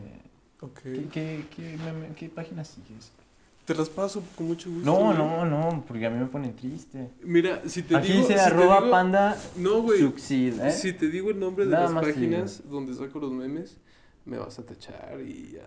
[SPEAKER 2] Ok.
[SPEAKER 1] ¿Qué, qué, qué, meme- qué página sigues?
[SPEAKER 2] Te las paso con mucho gusto.
[SPEAKER 1] No,
[SPEAKER 2] güey.
[SPEAKER 1] no, no, porque a mí me ponen triste.
[SPEAKER 2] Mira, si te
[SPEAKER 1] Aquí
[SPEAKER 2] digo...
[SPEAKER 1] dice
[SPEAKER 2] si te
[SPEAKER 1] arroba
[SPEAKER 2] digo-
[SPEAKER 1] panda
[SPEAKER 2] No, güey.
[SPEAKER 1] tuxil, ¿eh?
[SPEAKER 2] Si te digo el nombre de
[SPEAKER 1] Nada
[SPEAKER 2] las
[SPEAKER 1] más te
[SPEAKER 2] páginas donde saco los memes, me vas a tachar y ya.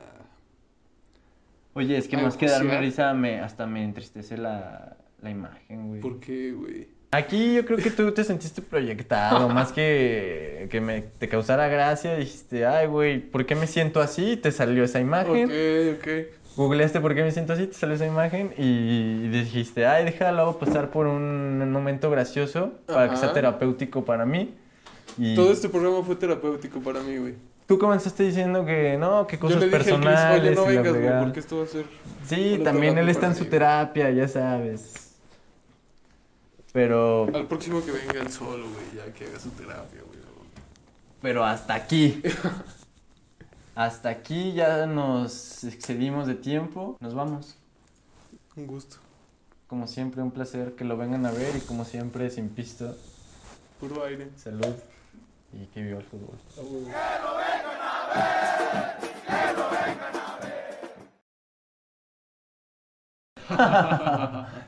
[SPEAKER 1] Oye, es que
[SPEAKER 2] Ay, pues
[SPEAKER 1] más
[SPEAKER 2] ¿eh?
[SPEAKER 1] que darme
[SPEAKER 2] José.
[SPEAKER 1] risa, me, hasta me entristece la, la imagen, güey.
[SPEAKER 2] ¿Por qué, güey?
[SPEAKER 1] Aquí yo creo que tú te sentiste proyectado, más que, que me, te causara gracia. Dijiste, ay, güey, ¿por qué me siento así? Y Te salió esa imagen.
[SPEAKER 2] Ok, ok.
[SPEAKER 1] Googleaste por qué me siento así, te salió esa imagen y dijiste, ay, déjalo hago pasar por un momento gracioso para que sea
[SPEAKER 2] Ajá.
[SPEAKER 1] terapéutico para mí. Y
[SPEAKER 2] Todo este programa fue terapéutico para mí, güey.
[SPEAKER 1] tú comenzaste diciendo que no, que
[SPEAKER 2] Yo
[SPEAKER 1] cosas
[SPEAKER 2] le dije al Chris, oye,
[SPEAKER 1] personales.
[SPEAKER 2] no
[SPEAKER 1] y la
[SPEAKER 2] vengas, güey,
[SPEAKER 1] fregada".
[SPEAKER 2] porque esto va a ser...
[SPEAKER 1] Sí, también
[SPEAKER 2] Una terapia
[SPEAKER 1] él está
[SPEAKER 2] para
[SPEAKER 1] en su
[SPEAKER 2] mí, güey.
[SPEAKER 1] terapia, ya sabes. Pero,
[SPEAKER 2] Al próximo que venga el solo, güey, ya que haga su terapia, güey.
[SPEAKER 1] pero hasta aquí. Hasta aquí ya nos excedimos de tiempo. Nos vamos.
[SPEAKER 2] Un gusto.
[SPEAKER 1] Como siempre, un placer que lo vengan a ver y como siempre, sin pisto.
[SPEAKER 2] Puro aire.
[SPEAKER 1] Salud y que viva el fútbol.
[SPEAKER 2] Ah, güey.